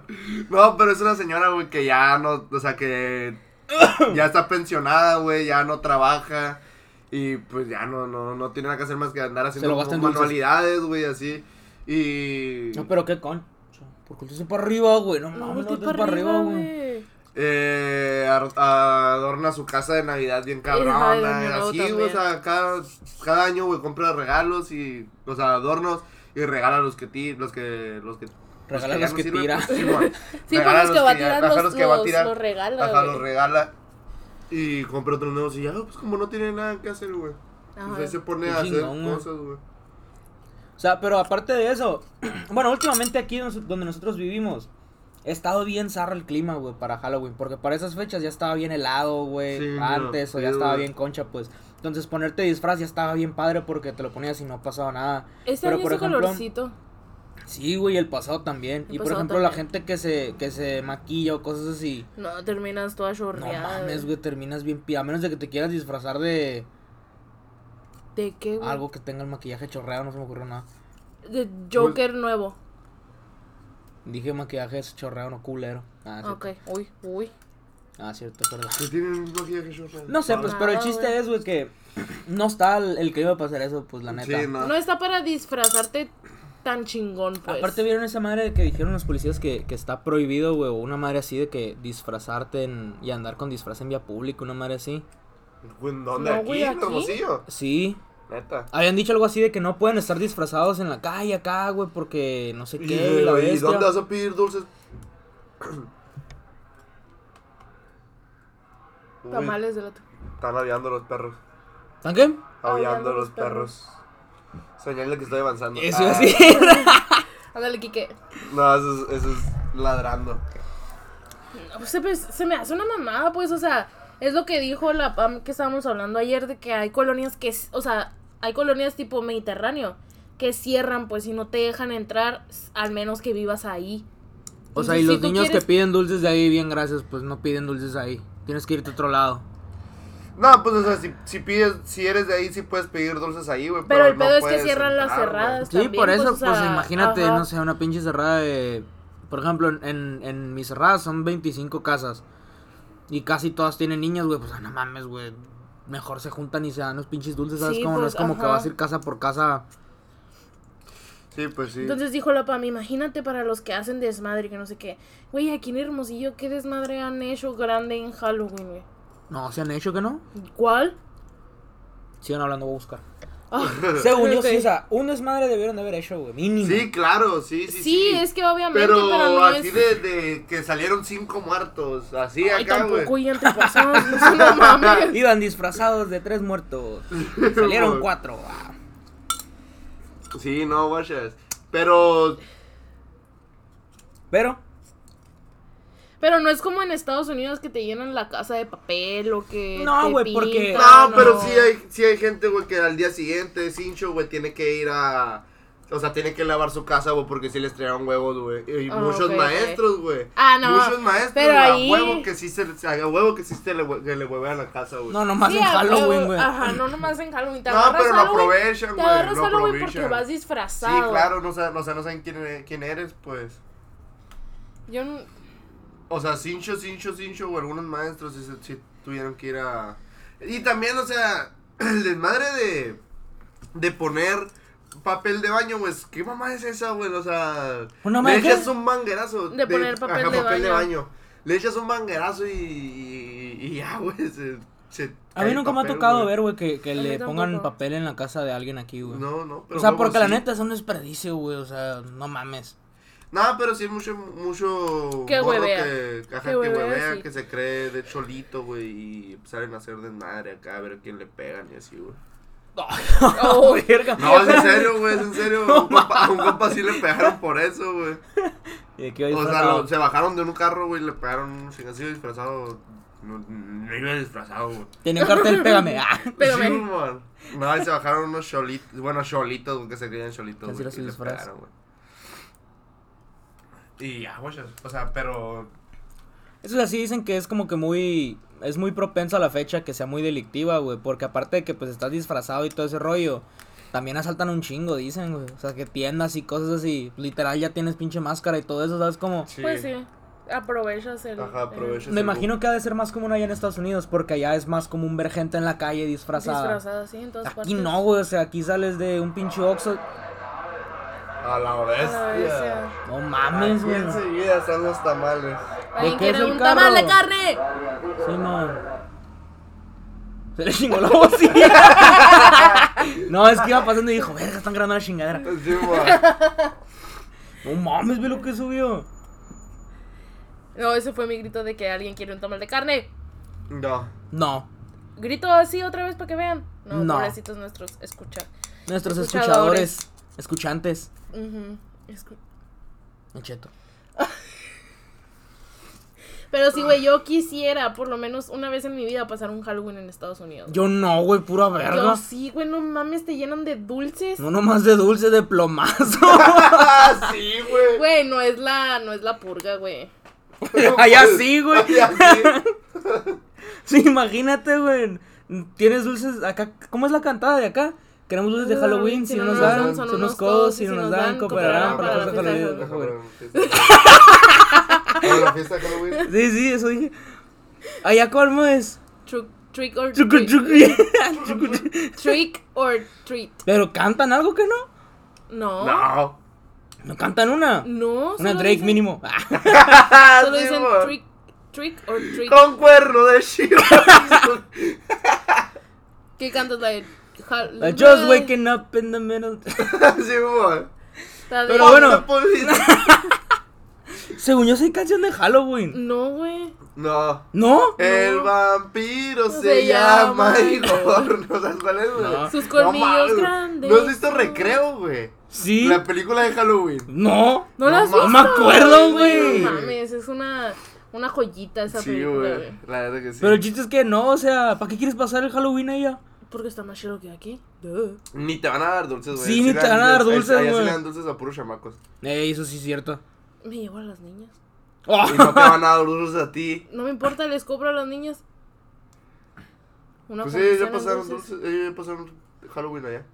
Speaker 3: No, pero es una señora, güey, que ya no. O sea, que. Ya está pensionada, güey, ya no trabaja. Y pues ya no, no, no tiene nada que hacer más que andar haciendo
Speaker 1: lo gasta
Speaker 3: como
Speaker 1: en dulces.
Speaker 3: manualidades, güey, así. Y.
Speaker 1: No, pero qué con. Porque usted es para arriba, güey. No,
Speaker 2: No,
Speaker 1: no,
Speaker 2: volteé
Speaker 1: no,
Speaker 2: para arriba, güey.
Speaker 3: Eh, ar- adorna su casa de Navidad bien
Speaker 2: Ajá,
Speaker 3: cabrón,
Speaker 2: el
Speaker 3: eh,
Speaker 2: año nuevo
Speaker 3: así, güey,
Speaker 2: también.
Speaker 3: o sea, cada, cada año, güey, compra regalos y, o sea, adornos y regala los que ti, los que, los que,
Speaker 1: Regala
Speaker 3: ya
Speaker 1: los
Speaker 3: no
Speaker 1: que
Speaker 3: sirven,
Speaker 1: tira.
Speaker 3: pues, sí, güey.
Speaker 2: Sí,
Speaker 3: Regala
Speaker 2: porque es que va a
Speaker 3: ya-
Speaker 2: tirar
Speaker 3: ajá,
Speaker 2: los,
Speaker 3: los que va a
Speaker 2: los-
Speaker 3: tirar,
Speaker 2: los regala,
Speaker 3: ajá,
Speaker 2: güey.
Speaker 3: los regala y compra otros nuevos y ya, pues como no tiene nada que hacer, güey,
Speaker 2: Ajá.
Speaker 3: pues ahí se pone
Speaker 1: Qué
Speaker 3: a hacer
Speaker 1: chingón, güey.
Speaker 3: cosas, güey.
Speaker 1: O sea, pero aparte de eso, bueno, últimamente aquí nos- donde nosotros vivimos, ha estado bien zarra el clima, güey, para Halloween. Porque para esas fechas ya estaba bien helado, güey,
Speaker 3: Sí, no,
Speaker 1: antes, o ya
Speaker 3: sí,
Speaker 1: estaba
Speaker 3: güey.
Speaker 1: bien concha, pues. Entonces ponerte disfraz ya estaba bien padre porque te lo ponías y no pasaba nada.
Speaker 2: Este
Speaker 1: Pero,
Speaker 2: año
Speaker 1: por
Speaker 2: hizo
Speaker 1: ejemplo,
Speaker 2: calorcito.
Speaker 1: Sí, güey, el pasado también.
Speaker 2: El
Speaker 1: y por
Speaker 2: pasado
Speaker 1: ejemplo, la
Speaker 2: también.
Speaker 1: gente que se, que se maquilla o cosas así.
Speaker 2: No, terminas toda
Speaker 1: No
Speaker 2: chorreada.
Speaker 1: mames, güey, terminas bien pi- A menos de que te quieras disfrazar de
Speaker 2: ¿De qué, güey?
Speaker 1: algo que tenga el maquillaje chorreado, no se me ocurrió nada.
Speaker 2: De Joker nuevo.
Speaker 1: Dije maquillaje chorreado, no culero. Ah, cierto.
Speaker 2: Ok, uy, uy.
Speaker 1: Ah, cierto, perdón.
Speaker 3: Que tienen Pues un maquillaje short,
Speaker 1: No sé, pues,
Speaker 2: Nada,
Speaker 1: pero el chiste
Speaker 2: güey.
Speaker 1: es, güey, que no está el, el que iba a pasar eso, pues, la neta.
Speaker 3: Sí, no.
Speaker 2: No está para disfrazarte tan chingón, pues.
Speaker 1: Aparte, ¿vieron esa madre que dijeron los policías que, que está prohibido, güey? o Una madre así de que disfrazarte en- y andar con disfraz en vía pública, una madre así.
Speaker 3: Güey, ¿en Pues, ¿Dónde?
Speaker 2: No,
Speaker 3: aquí,
Speaker 2: güey,
Speaker 3: en
Speaker 2: aquí.
Speaker 3: Hermosillo,
Speaker 1: Sí.
Speaker 3: neta.
Speaker 1: Habían dicho algo así de que no pueden estar disfrazados en la calle acá, güey, porque no sé
Speaker 3: ¿Y,
Speaker 1: qué, la
Speaker 3: y
Speaker 1: bestia.
Speaker 3: dónde vas a pedir dulces? Uy,
Speaker 2: Tamales del otro.
Speaker 3: Están aviando los perros.
Speaker 1: ¿Están qué?
Speaker 3: Ah. Aullando los perros. Señal de que estoy avanzando.
Speaker 1: Eso
Speaker 3: Ah,
Speaker 1: así.
Speaker 2: Ándale, Kike.
Speaker 3: No, eso es, eso es ladrando.
Speaker 2: No, pues, se, me- se me hace una mamada, pues, o sea, es lo que dijo la Pam que estábamos hablando ayer de que hay colonias que, s- o sea, hay colonias tipo Mediterráneo que cierran, pues, y no te dejan entrar, s- al menos que vivas ahí.
Speaker 1: O sea, y los
Speaker 2: Si tú
Speaker 1: niños
Speaker 2: quieres-
Speaker 1: que piden dulces de ahí, bien, gracias, pues no piden dulces ahí. Tienes que irte a otro lado.
Speaker 3: No, pues o sea, si, si pides, si eres de ahí, sí puedes pedir dulces ahí, güey.
Speaker 2: Pero el
Speaker 3: no
Speaker 2: pedo es que
Speaker 3: puedes
Speaker 2: cierran las
Speaker 3: entrar, güey.
Speaker 2: cerradas.
Speaker 1: Sí,
Speaker 2: también,
Speaker 1: por eso, pues,
Speaker 2: o sea,
Speaker 1: imagínate,
Speaker 2: ajá.
Speaker 1: no sé, una pinche cerrada de... Por ejemplo, en, en, en mi cerrada son 25 casas. Y casi todas tienen niñas, güey. Pues, ah, no mames, güey. Mejor se juntan y se dan los pinches dulces, ¿sabes?
Speaker 2: Sí,
Speaker 1: como no
Speaker 2: pues,
Speaker 1: es como que
Speaker 2: ajá.
Speaker 1: vas a ir casa por casa.
Speaker 3: Sí, pues sí.
Speaker 2: Entonces dijo la Pam, imagínate para los que hacen desmadre, que no sé qué. Güey, aquí en Hermosillo, ¿qué desmadre han hecho grande en Halloween, güey?
Speaker 1: No, ¿se han hecho que no?
Speaker 2: ¿Cuál?
Speaker 1: Sigan hablando, voy a buscar.
Speaker 2: Ah,
Speaker 1: Según yo,
Speaker 2: ok.
Speaker 1: sí, o sea, un desmadre debieron de haber hecho, güey. Mínimo.
Speaker 3: Sí, claro, sí, sí.
Speaker 2: sí,
Speaker 3: Sí,
Speaker 2: es que obviamente,
Speaker 3: Pero,
Speaker 2: pero, no
Speaker 3: así
Speaker 2: es...
Speaker 3: de, de que salieron cinco muertos, así
Speaker 2: Ay,
Speaker 3: acá, güey.
Speaker 2: tampoco, y entre personas, no sé, no mames.
Speaker 1: Iban disfrazados de tres muertos. Salieron
Speaker 3: Güey.
Speaker 1: cuatro. ah.
Speaker 3: Sí, no, guachas. Pero
Speaker 1: Pero,
Speaker 2: Pero no es como en Estados Unidos que te llenan la casa de papel o que
Speaker 1: No,
Speaker 2: te
Speaker 1: güey, porque-
Speaker 2: pintan,
Speaker 3: No,
Speaker 2: o-
Speaker 3: pero sí hay, sí hay gente, güey, que al día siguiente, Sincho, güey, tiene que ir a... O sea, tiene que lavar su casa, güey, porque sí les traían huevos, güey. Y
Speaker 2: Ah,
Speaker 3: muchos
Speaker 2: ok, ok.
Speaker 3: maestros, güey.
Speaker 2: Ah, no,
Speaker 3: Muchos maestros,
Speaker 2: pero
Speaker 3: güey,
Speaker 2: ahí-
Speaker 3: a huevo que sí se le- a huevo que sí se le, hue- que le huevean la casa, güey.
Speaker 1: no, nomás
Speaker 2: Sí,
Speaker 1: en
Speaker 2: a huevo,
Speaker 1: Halloween, güey.
Speaker 2: Ajá, no nomás en Halloween. Te
Speaker 3: No,
Speaker 2: agarras
Speaker 3: pero lo
Speaker 2: Halloween-
Speaker 3: aprovechan,
Speaker 2: Te
Speaker 3: güey,
Speaker 2: agarras
Speaker 3: lo
Speaker 2: Halloween porque
Speaker 3: aprovechan.
Speaker 2: vas
Speaker 3: Sí,
Speaker 2: disfrazado.
Speaker 3: claro, no, sa- no, sa- no saben quién eres, quién eres, pues.
Speaker 2: Yo no-
Speaker 3: O sea, Sincho, Sincho, Sincho, o algunos maestros sí, se- sí tuvieron que ir a... Y también, o sea, el desmadre de, de poner papel de baño, güey, ¿qué mamá es esa, güey? O sea,
Speaker 1: ¿Una
Speaker 3: le
Speaker 1: mamá qué?
Speaker 3: echas un manguerazo.
Speaker 2: De poner papel de
Speaker 3: de
Speaker 2: baño.
Speaker 3: baño. Le echas un manguerazo y, y, y ya, güey, se, se
Speaker 1: A
Speaker 3: cae
Speaker 1: mí
Speaker 3: el
Speaker 1: nunca me ha
Speaker 3: papel,
Speaker 1: tocado
Speaker 3: güey.
Speaker 1: ver, güey, que, que
Speaker 2: A mí
Speaker 1: le pongan
Speaker 2: tampoco.
Speaker 1: papel en la casa de alguien aquí, güey.
Speaker 3: No, no, pero
Speaker 1: o sea,
Speaker 3: huevo,
Speaker 1: porque la
Speaker 3: sí.
Speaker 1: neta es un desperdicio, güey. O sea, no mames.
Speaker 3: No, pero sí es mucho, mucho
Speaker 2: Que
Speaker 3: morro
Speaker 2: huevea.
Speaker 3: que, ajá,
Speaker 2: Que
Speaker 3: que
Speaker 2: huevea,
Speaker 3: huevea,
Speaker 2: sí.
Speaker 3: que se cree de cholito, güey, y salen a hacer desmadre acá, a ver quién le pegan y así, güey.
Speaker 1: Oh, verga.
Speaker 3: No, es en serio, güey, es en serio. A un compa- a un compa sí le pegaron por eso, güey.
Speaker 1: ¿Y de qué va
Speaker 3: O sea,
Speaker 1: disfrazado?
Speaker 3: lo- se bajaron de un carro, güey, y le pegaron un chingancillo disfrazado. No, no iba disfrazado, güey.
Speaker 1: Tenía un cartel, pégame. Ah.
Speaker 2: Pero
Speaker 3: Sí,
Speaker 2: me-
Speaker 3: man. No, y se bajaron unos cholitos, bueno, cholitos, güey, que se creían cholitos,
Speaker 1: Así
Speaker 3: güey,
Speaker 1: los
Speaker 3: y le
Speaker 1: disfrazas.
Speaker 3: pegaron, güey. Y ya, güey, o sea, pero...
Speaker 1: Eso es así, dicen que es como que muy. Es muy propenso a la fecha que sea muy delictiva, güey. Porque aparte de que pues estás disfrazado y todo ese rollo, también asaltan un chingo, dicen, güey. O sea, que tiendas y cosas así. Literal, ya tienes pinche máscara y todo eso, ¿sabes? Como.
Speaker 2: Pues sí, aprovechas el.
Speaker 3: Ajá, aprovechas.
Speaker 1: Me imagino que ha de ser más común allá en Estados Unidos, porque allá es más común ver gente en la calle
Speaker 2: el
Speaker 1: disfrazada.
Speaker 2: Disfrazado, sí, en todas
Speaker 1: Aquí
Speaker 2: partes.
Speaker 1: no, güey. O sea, aquí sales de un pinche Oxxo.
Speaker 3: A la
Speaker 2: A la vez,
Speaker 3: bestia.
Speaker 2: ya.
Speaker 1: No mames,
Speaker 3: Aquí
Speaker 1: güey.
Speaker 3: enseguida están los tamales.
Speaker 2: ¿Alguien
Speaker 1: qué es
Speaker 2: quiere
Speaker 1: el
Speaker 2: un tamal de
Speaker 1: carro?
Speaker 2: carne?
Speaker 1: Sí, no. Se le chingó la bocina. no, es que iba pasando y dijo, verga, están grabando la chingadera.
Speaker 3: Sí, man.
Speaker 1: No mames, ve lo que subió.
Speaker 2: No, ese fue mi grito de que alguien quiere un tamal de carne.
Speaker 3: No.
Speaker 1: No.
Speaker 2: Grito así otra vez para que vean. No,
Speaker 1: No.
Speaker 2: pobrecitos nuestros, escucha.
Speaker 1: Nuestros
Speaker 2: Escuchadores.
Speaker 1: escuchadores, escuchantes.
Speaker 2: Ujú, escu-
Speaker 1: El Cheto.
Speaker 2: Pero sí, güey, yo quisiera por lo menos una vez en mi vida pasar un Halloween en Estados Unidos.
Speaker 1: Yo no, güey, pura
Speaker 2: Yo
Speaker 1: verga.
Speaker 2: sí, güey, no mames, te llenan de dulces.
Speaker 1: No nomás de dulce de plomazo.
Speaker 3: Ah, sí, güey.
Speaker 2: Güey, no es la, no es la purga, güey.
Speaker 1: Allá sí, güey.
Speaker 3: Allá sí.
Speaker 1: Sí, imagínate, güey. Tienes dulces acá. ¿Cómo es la cantada de acá? Queremos dulces de Halloween, si, no nos dan, son, unos codos, si no nos dan, cooperarán para la
Speaker 2: la
Speaker 1: fiesta de
Speaker 2: fiesta de
Speaker 1: Halloween.
Speaker 3: Para la fiesta de Halloween.
Speaker 1: Sí, sí, eso dije. Allá cómo es.
Speaker 2: Trick, trick or
Speaker 1: Chucu,
Speaker 2: treat.
Speaker 1: chucu. Chucu, chucu.
Speaker 2: Trick or treat.
Speaker 1: Pero cantan algo que no.
Speaker 2: No.
Speaker 3: No.
Speaker 1: No cantan una.
Speaker 2: No.
Speaker 1: Una
Speaker 2: solo
Speaker 1: Drake
Speaker 2: dicen-
Speaker 1: mínimo.
Speaker 2: Solo
Speaker 3: Sí,
Speaker 2: dicen
Speaker 3: man.
Speaker 2: trick, trick or treat.
Speaker 3: Con cuerno de Shiro.
Speaker 2: ¿Qué cantas la de Hal-
Speaker 1: I just waking up in the middle.
Speaker 3: sí, man.
Speaker 2: La de-
Speaker 1: Pero bueno.
Speaker 3: Bueno.
Speaker 1: Según yo soy canción de Halloween.
Speaker 2: No, güey.
Speaker 3: No.
Speaker 1: ¿No?
Speaker 3: El vampiro
Speaker 2: No
Speaker 3: se,
Speaker 2: se llama
Speaker 3: llama
Speaker 2: Igor.
Speaker 3: Igor. No sabes cuál es, güey.
Speaker 1: No.
Speaker 2: Sus colmillos
Speaker 3: mames.
Speaker 2: grandes.
Speaker 3: ¿No has visto Recreo, güey?
Speaker 1: Sí.
Speaker 3: La película de Halloween.
Speaker 1: No.
Speaker 2: No, la has
Speaker 3: No
Speaker 2: visto.
Speaker 3: me
Speaker 1: acuerdo, güey.
Speaker 2: No mames, es una, una joyita esa
Speaker 3: Sí,
Speaker 2: película,
Speaker 3: güey.
Speaker 2: güey.
Speaker 3: La verdad que sí.
Speaker 1: Pero el chiste es que no, o sea, ¿para qué quieres pasar el Halloween allá?
Speaker 2: Porque está más chelo que aquí. Duh.
Speaker 3: Ni te van a dar dulces, güey.
Speaker 1: Sí, ni
Speaker 3: le
Speaker 1: te van a
Speaker 3: dan-
Speaker 1: dar
Speaker 3: ahí-
Speaker 1: dulces,
Speaker 3: ahí sí
Speaker 1: güey.
Speaker 3: le dan dulces a puros chamacos.
Speaker 1: Eh, eso sí es cierto.
Speaker 2: Me llevo a las niñas.
Speaker 1: Oh.
Speaker 3: Y no te van a dar dulces a ti.
Speaker 2: No me importa, les cobro a las niñas. Una
Speaker 3: Pues
Speaker 2: función
Speaker 3: sí, ya
Speaker 2: en
Speaker 3: pasaron
Speaker 2: dulces.
Speaker 3: dulces. ellos ya pasaron Halloween allá.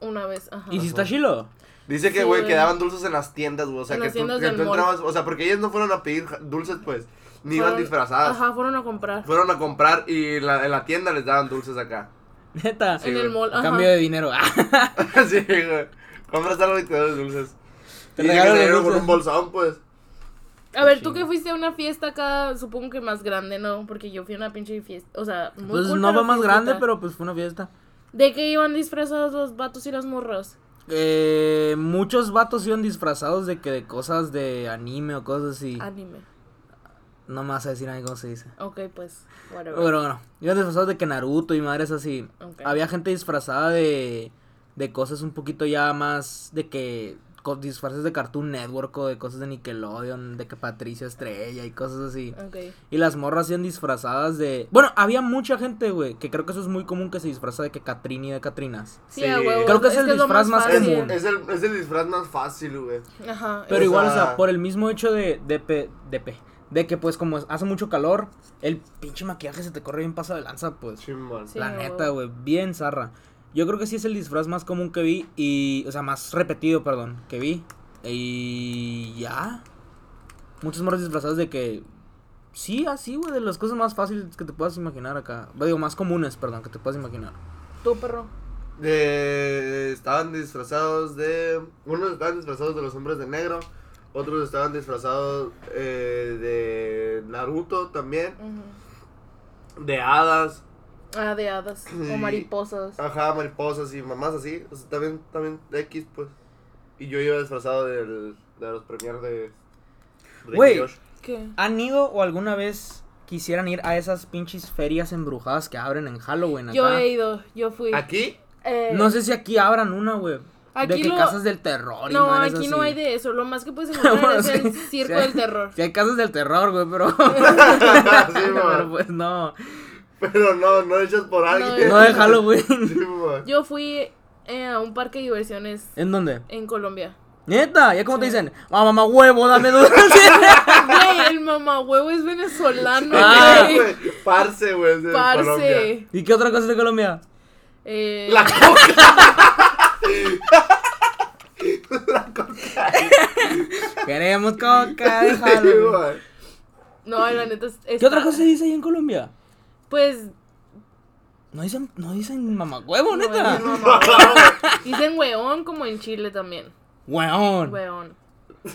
Speaker 2: Una vez, ajá.
Speaker 1: ¿Y si está chilo?
Speaker 3: Dice que,
Speaker 2: Sí,
Speaker 3: güey,
Speaker 2: güey.
Speaker 3: que daban dulces en las tiendas, güey. O sea,
Speaker 2: En
Speaker 3: que
Speaker 2: las
Speaker 3: tú,
Speaker 2: tiendas
Speaker 3: que
Speaker 2: del
Speaker 3: tú
Speaker 2: mall.
Speaker 3: entrabas. O sea, porque ellas no fueron a pedir ja- dulces, pues. Ni iban
Speaker 2: Fueron-
Speaker 3: disfrazadas.
Speaker 2: Ajá, fueron a comprar.
Speaker 3: Fueron a comprar y la- en la tienda les daban dulces acá.
Speaker 1: Neta.
Speaker 3: Sí,
Speaker 2: en el
Speaker 3: güey.
Speaker 2: mall,
Speaker 1: A
Speaker 2: ajá.
Speaker 1: cambio de dinero.
Speaker 3: sí, güey. Compras algo y te dan los dulces.
Speaker 1: Te
Speaker 3: y dice que
Speaker 1: regalan
Speaker 3: se
Speaker 1: los
Speaker 3: dieron con
Speaker 1: dulces.
Speaker 3: un bolsón, pues.
Speaker 2: A ver, tú que fuiste a una fiesta acá, supongo que más grande, ¿no? Porque yo fui a una pinche fiesta, o sea, muy
Speaker 1: Pues
Speaker 2: cool,
Speaker 1: no
Speaker 2: pero
Speaker 1: va más
Speaker 2: fiestita.
Speaker 1: grande, pero pues fue una fiesta.
Speaker 2: ¿De qué iban disfrazados los vatos y las morras?
Speaker 1: Eh, muchos vatos iban disfrazados de que de cosas de anime o cosas así.
Speaker 2: Anime.
Speaker 1: No me vas a decir ahí cómo se dice.
Speaker 2: Ok, pues, whatever.
Speaker 1: Pero bueno, iban disfrazados de que Naruto y madres así.
Speaker 2: Ok.
Speaker 1: Había gente disfrazada de, de cosas un poquito ya más de que con disfraces de Cartoon Network o de cosas de Nickelodeon, de que Patricio Estrella y cosas así.
Speaker 2: Ok.
Speaker 1: Y las morras iban disfrazadas de... Bueno, había mucha gente, güey, que creo que eso es muy común que se disfraza de que Catrini y de Catrinas.
Speaker 2: Sí,
Speaker 3: Sí.
Speaker 2: a huevo.
Speaker 1: Creo que es el
Speaker 2: lo
Speaker 1: disfraz más
Speaker 3: Es,
Speaker 2: fácil.
Speaker 1: común.
Speaker 3: es el, es el disfraz más fácil, güey.
Speaker 2: Ajá.
Speaker 1: Pero
Speaker 3: O
Speaker 1: igual, o sea,
Speaker 3: sea-
Speaker 1: por el mismo hecho de, de, pe- de, pe- de que pues como hace mucho calor, el pinche maquillaje se te corre bien pasado de lanza, pues.
Speaker 3: Chimón.
Speaker 2: Sí.
Speaker 1: la
Speaker 2: a
Speaker 1: neta,
Speaker 2: huevo.
Speaker 1: güey, bien zarra. Yo creo que sí es el disfraz más común que vi y, o sea, más repetido, perdón, que vi. Y ya. Muchos morros disfrazados de que... Sí, así, güey, de las cosas más fáciles que te puedas imaginar acá. Digo, más comunes, perdón, que te puedas imaginar.
Speaker 2: Tú, perro.
Speaker 3: De- estaban disfrazados de. Unos estaban disfrazados de los hombres de negro. Otros estaban disfrazados eh, de Naruto también.
Speaker 2: Ujú.
Speaker 3: De hadas.
Speaker 2: Ah, de hadas. O
Speaker 3: Sí. Ah.
Speaker 2: mariposas.
Speaker 3: Ajá, mariposas y mamás así. O sea, también, también X, pues. Y yo iba disfrazado del- de los premiers de. de
Speaker 1: Güey.
Speaker 3: Yosh.
Speaker 2: ¿Qué?
Speaker 1: ¿Han ido o alguna vez quisieran ir a esas pinches ferias embrujadas que abren en Halloween acá?
Speaker 2: Yo he ido, yo fui.
Speaker 3: ¿Aquí?
Speaker 2: Eh,
Speaker 1: No sé si aquí abran una, güey. De
Speaker 2: Aquí
Speaker 1: que
Speaker 2: lo-
Speaker 1: casas del terror y
Speaker 2: No,
Speaker 1: madres
Speaker 2: aquí no
Speaker 1: así.
Speaker 2: hay de eso. Lo más que puedes encontrar
Speaker 1: Bueno,
Speaker 2: es el
Speaker 1: sí,
Speaker 2: circo
Speaker 1: sí hay-
Speaker 2: del terror.
Speaker 1: Sí hay casas del terror, güey, pero...
Speaker 2: Ah,
Speaker 3: Sí, mo.
Speaker 1: pero pues no.
Speaker 3: Pero no, no echas por alguien.
Speaker 1: No de Halloween.
Speaker 3: Sí, mo.
Speaker 2: Yo fui eh, a un parque de diversiones
Speaker 1: ¿En dónde?
Speaker 2: en Colombia.
Speaker 1: Neta, ya como te dicen, "Ah, mamá huevo, dame duro.
Speaker 2: Güey, el mamahuevo es venezolano,
Speaker 1: Ah.
Speaker 2: güey.
Speaker 3: Güey, Parce, güey. es de Colombia.
Speaker 2: Parce.
Speaker 1: ¿Y qué otra cosa de Colombia?
Speaker 2: Eh,
Speaker 3: La coca.
Speaker 1: Queremos coca de
Speaker 3: Sí,
Speaker 1: Halloween.
Speaker 3: mo.
Speaker 2: No, la neta es.
Speaker 1: ¿Qué otra cosa se dice ahí en Colombia?
Speaker 2: Pues
Speaker 1: No dicen, no dicen mamacuevo,
Speaker 2: No,
Speaker 1: neta.
Speaker 2: es mamá- dicen weón como en Chile también.
Speaker 1: Weón.
Speaker 2: Weón.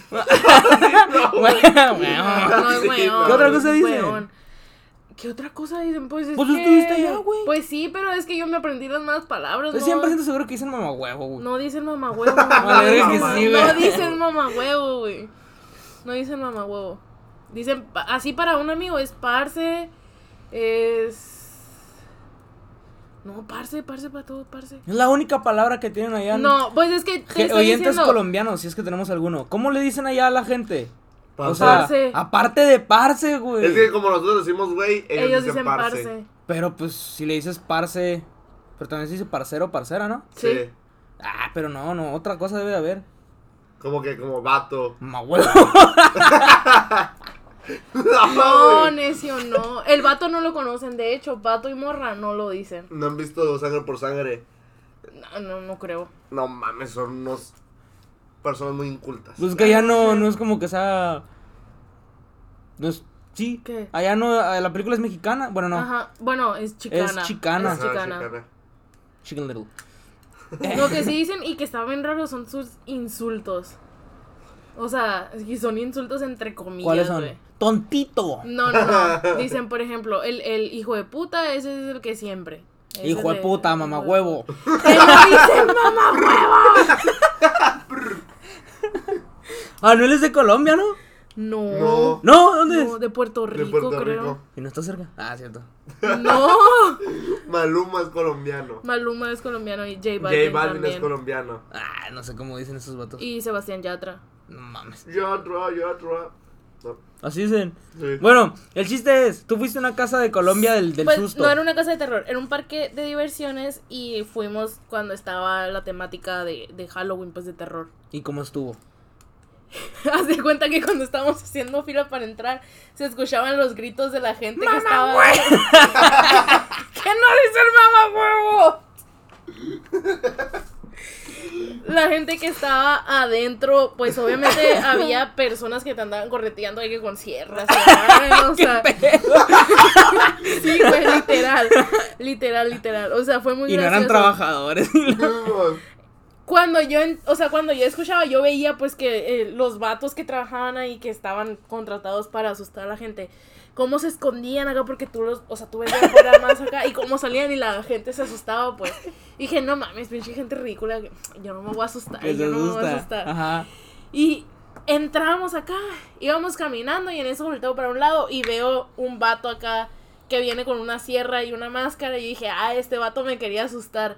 Speaker 1: Weón. weón.
Speaker 2: No es
Speaker 3: Sí,
Speaker 2: weón.
Speaker 3: ¿Qué otra
Speaker 1: cosa dicen?
Speaker 2: weón. ¿Qué otra cosa dicen? Pues es
Speaker 1: Pues
Speaker 2: que...
Speaker 1: estuviste allá, güey. Pues
Speaker 2: Pues sí, pero es que yo me aprendí las malas palabras.
Speaker 1: Estoy
Speaker 2: No,
Speaker 1: 100% seguro que dicen mamahuevo, güey.
Speaker 2: no dicen mamahuevo.
Speaker 1: la verga
Speaker 3: que sí,
Speaker 2: no
Speaker 1: güey.
Speaker 2: dicen mamahuevo, güey. No dicen mamahuevo. Dicen, pa- así para un amigo es parce, es... No, parce, parce para todo, parce.
Speaker 1: Es la única palabra que tienen allá.
Speaker 2: No, pues es que te
Speaker 1: Je-
Speaker 2: estoy
Speaker 1: oyentes
Speaker 2: diciendo...
Speaker 1: colombianos, si es que tenemos alguno. ¿Cómo le dicen allá a la gente? O
Speaker 3: Parce.
Speaker 1: sea,
Speaker 2: Parce.
Speaker 1: aparte de parce, güey.
Speaker 3: Es que como nosotros decimos, güey, ellos,
Speaker 2: Ellos dicen parce.
Speaker 1: Pero pues si le dices parce, pero también se dice parcero o parcera, ¿no?
Speaker 2: Sí.
Speaker 3: Sí.
Speaker 1: Ah, pero no, no, otra cosa debe de haber.
Speaker 3: Como que como vato.
Speaker 1: Mamahuevo.
Speaker 2: No,
Speaker 3: No, güey.
Speaker 2: necio, no. El vato no lo conocen, de hecho, vato y morra no lo dicen.
Speaker 3: no han visto sangre por sangre.
Speaker 2: No, no, no creo.
Speaker 3: No mames, son unos personas muy incultas.
Speaker 1: Pues que allá no, no es como que sea. No es. Sí.
Speaker 2: ¿Qué?
Speaker 1: Allá no. eh, La película es mexicana. Bueno, no.
Speaker 2: Ajá. Bueno, es chicana.
Speaker 1: Es chicana.
Speaker 2: Es
Speaker 3: Ajá,
Speaker 2: chicana.
Speaker 3: chicana.
Speaker 1: Chicken Little.
Speaker 2: Lo que sí dicen y que está bien raro son sus insultos. O sea, y son insultos entre comillas.
Speaker 1: ¿Cuáles son?
Speaker 2: güey.
Speaker 1: Tontito.
Speaker 2: No, no, no. Dicen, por ejemplo, el, el hijo de puta, ese es el que siempre. Ese
Speaker 1: Hijo de puta, mamá huevo.
Speaker 2: Que no dicen mamá
Speaker 1: Ah, no él es de Colombia, ¿no?
Speaker 2: No.
Speaker 3: No.
Speaker 1: No, ¿dónde
Speaker 2: No,
Speaker 1: es?
Speaker 2: de Puerto Rico,
Speaker 3: de Puerto
Speaker 2: creo.
Speaker 1: Y no está cerca. Ah, cierto.
Speaker 2: No.
Speaker 3: Rico. Maluma es colombiano.
Speaker 2: Maluma es colombiano y J
Speaker 3: J
Speaker 2: Balvin,
Speaker 3: Balvin es
Speaker 2: también.
Speaker 3: colombiano.
Speaker 1: Ah, no sé cómo dicen esos vatos.
Speaker 2: Y Sebastián Yatra.
Speaker 1: No mames.
Speaker 3: Yo otro, yo otro. No,
Speaker 1: Así dicen.
Speaker 3: sí.
Speaker 1: Bueno, el chiste es, tú fuiste a una casa de Colombia del, del
Speaker 2: Pues,
Speaker 1: susto.
Speaker 2: No era una casa de terror, era un parque de diversiones y fuimos cuando estaba la temática de, de Halloween, pues de terror.
Speaker 1: ¿Y cómo estuvo?
Speaker 2: Haz de cuenta que cuando estábamos haciendo fila para entrar, se escuchaban los gritos de la gente que estaba. ¡Que no dice el mamá huevo! La gente que estaba adentro, pues obviamente había personas que te andaban correteando ahí que con sierras. ¿no? O sea, sí, güey, literal. Literal, literal. O sea, fue muy
Speaker 1: y no eran
Speaker 2: gracioso.
Speaker 1: trabajadores.
Speaker 3: Fuimos.
Speaker 2: Cuando yo, en- o sea, cuando yo escuchaba, yo veía pues que eh, los vatos que trabajaban ahí, que estaban contratados para asustar a la gente, cómo se escondían acá, porque tú los, o sea, tú veías por armas acá, y cómo salían y la gente se asustaba, pues. Y dije, no mames, pinche gente ridícula, que yo no me voy a asustar,
Speaker 1: que se
Speaker 2: yo no me voy a
Speaker 1: asusta.
Speaker 2: asustar.
Speaker 1: Ajá.
Speaker 2: Y entramos acá, íbamos caminando y en eso volteo para un lado y veo un vato acá que viene con una sierra y una máscara y dije, ah, este vato me quería asustar.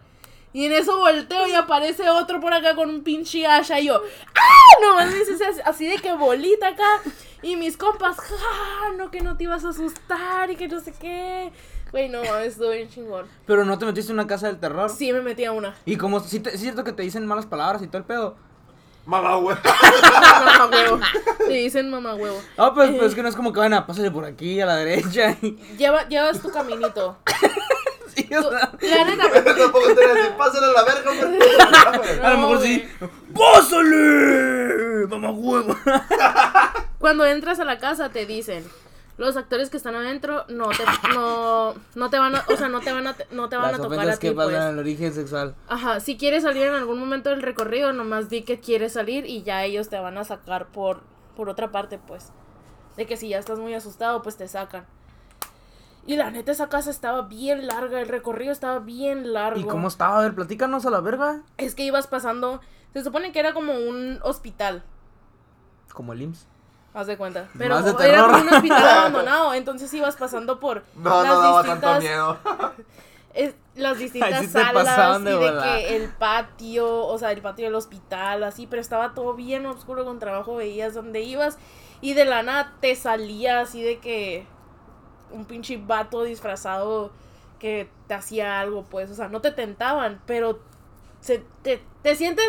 Speaker 2: Y en eso volteo y aparece otro por acá con un pinche asha y yo, ¡ah! Nomás me hice así- así de que bolita acá y mis compas, ¡ah! No, que no te ibas a asustar y que no sé qué. Güey, no, mames, estuvo bien chingón.
Speaker 1: Pero no te metiste en una casa del terror.
Speaker 2: Sí, me metí a una.
Speaker 1: Y como si te- es cierto que te dicen malas palabras y todo el pedo.
Speaker 3: Mamá, güey.
Speaker 2: mamá huevo. Te dicen mamá huevo.
Speaker 1: Ah, pues, pues es que no es como que van a pásale por aquí a la derecha y
Speaker 2: Lleva- llevas tu caminito.
Speaker 1: sí, o sea,
Speaker 2: La neta,
Speaker 3: Tampoco te voy a decir, pásale a la verga, güey.
Speaker 1: a lo
Speaker 2: No,
Speaker 1: mejor sí. ¡Pásale! Mamá huevo.
Speaker 2: Cuando entras a la casa te dicen, los actores que están adentro no te no no te van a, o sea, no te van a no te van
Speaker 1: Las
Speaker 2: a tocar a
Speaker 1: ofensas
Speaker 2: ti
Speaker 1: que pasan en
Speaker 2: pues.
Speaker 1: el origen sexual.
Speaker 2: Ajá, si quieres salir en algún momento del recorrido, nomás di que quieres salir y ya ellos te van a sacar por por otra parte, pues. De que si ya estás muy asustado, pues te sacan. Y la neta esa casa estaba bien larga, el recorrido estaba bien largo.
Speaker 1: ¿Y cómo estaba? A ver, platícanos a la verga.
Speaker 2: Es que ibas pasando, se supone que era como un hospital.
Speaker 1: Como el IMSS.
Speaker 2: Haz de cuenta. Pero
Speaker 1: Más de
Speaker 2: era
Speaker 1: terror.
Speaker 2: como un hospital abandonado, entonces ibas pasando por
Speaker 3: No, no daba tanto miedo.
Speaker 2: es- las distintas
Speaker 1: Ahí sí te
Speaker 2: salas
Speaker 1: pasaban
Speaker 2: y
Speaker 1: de
Speaker 2: de
Speaker 1: volada.
Speaker 2: que el patio, o sea, el patio del hospital, así, pero estaba todo bien oscuro con trabajo, veías dónde ibas y de la nada te salía así de que un pinche vato disfrazado que te hacía algo, pues, o sea, no te tentaban, pero se- te, te sientes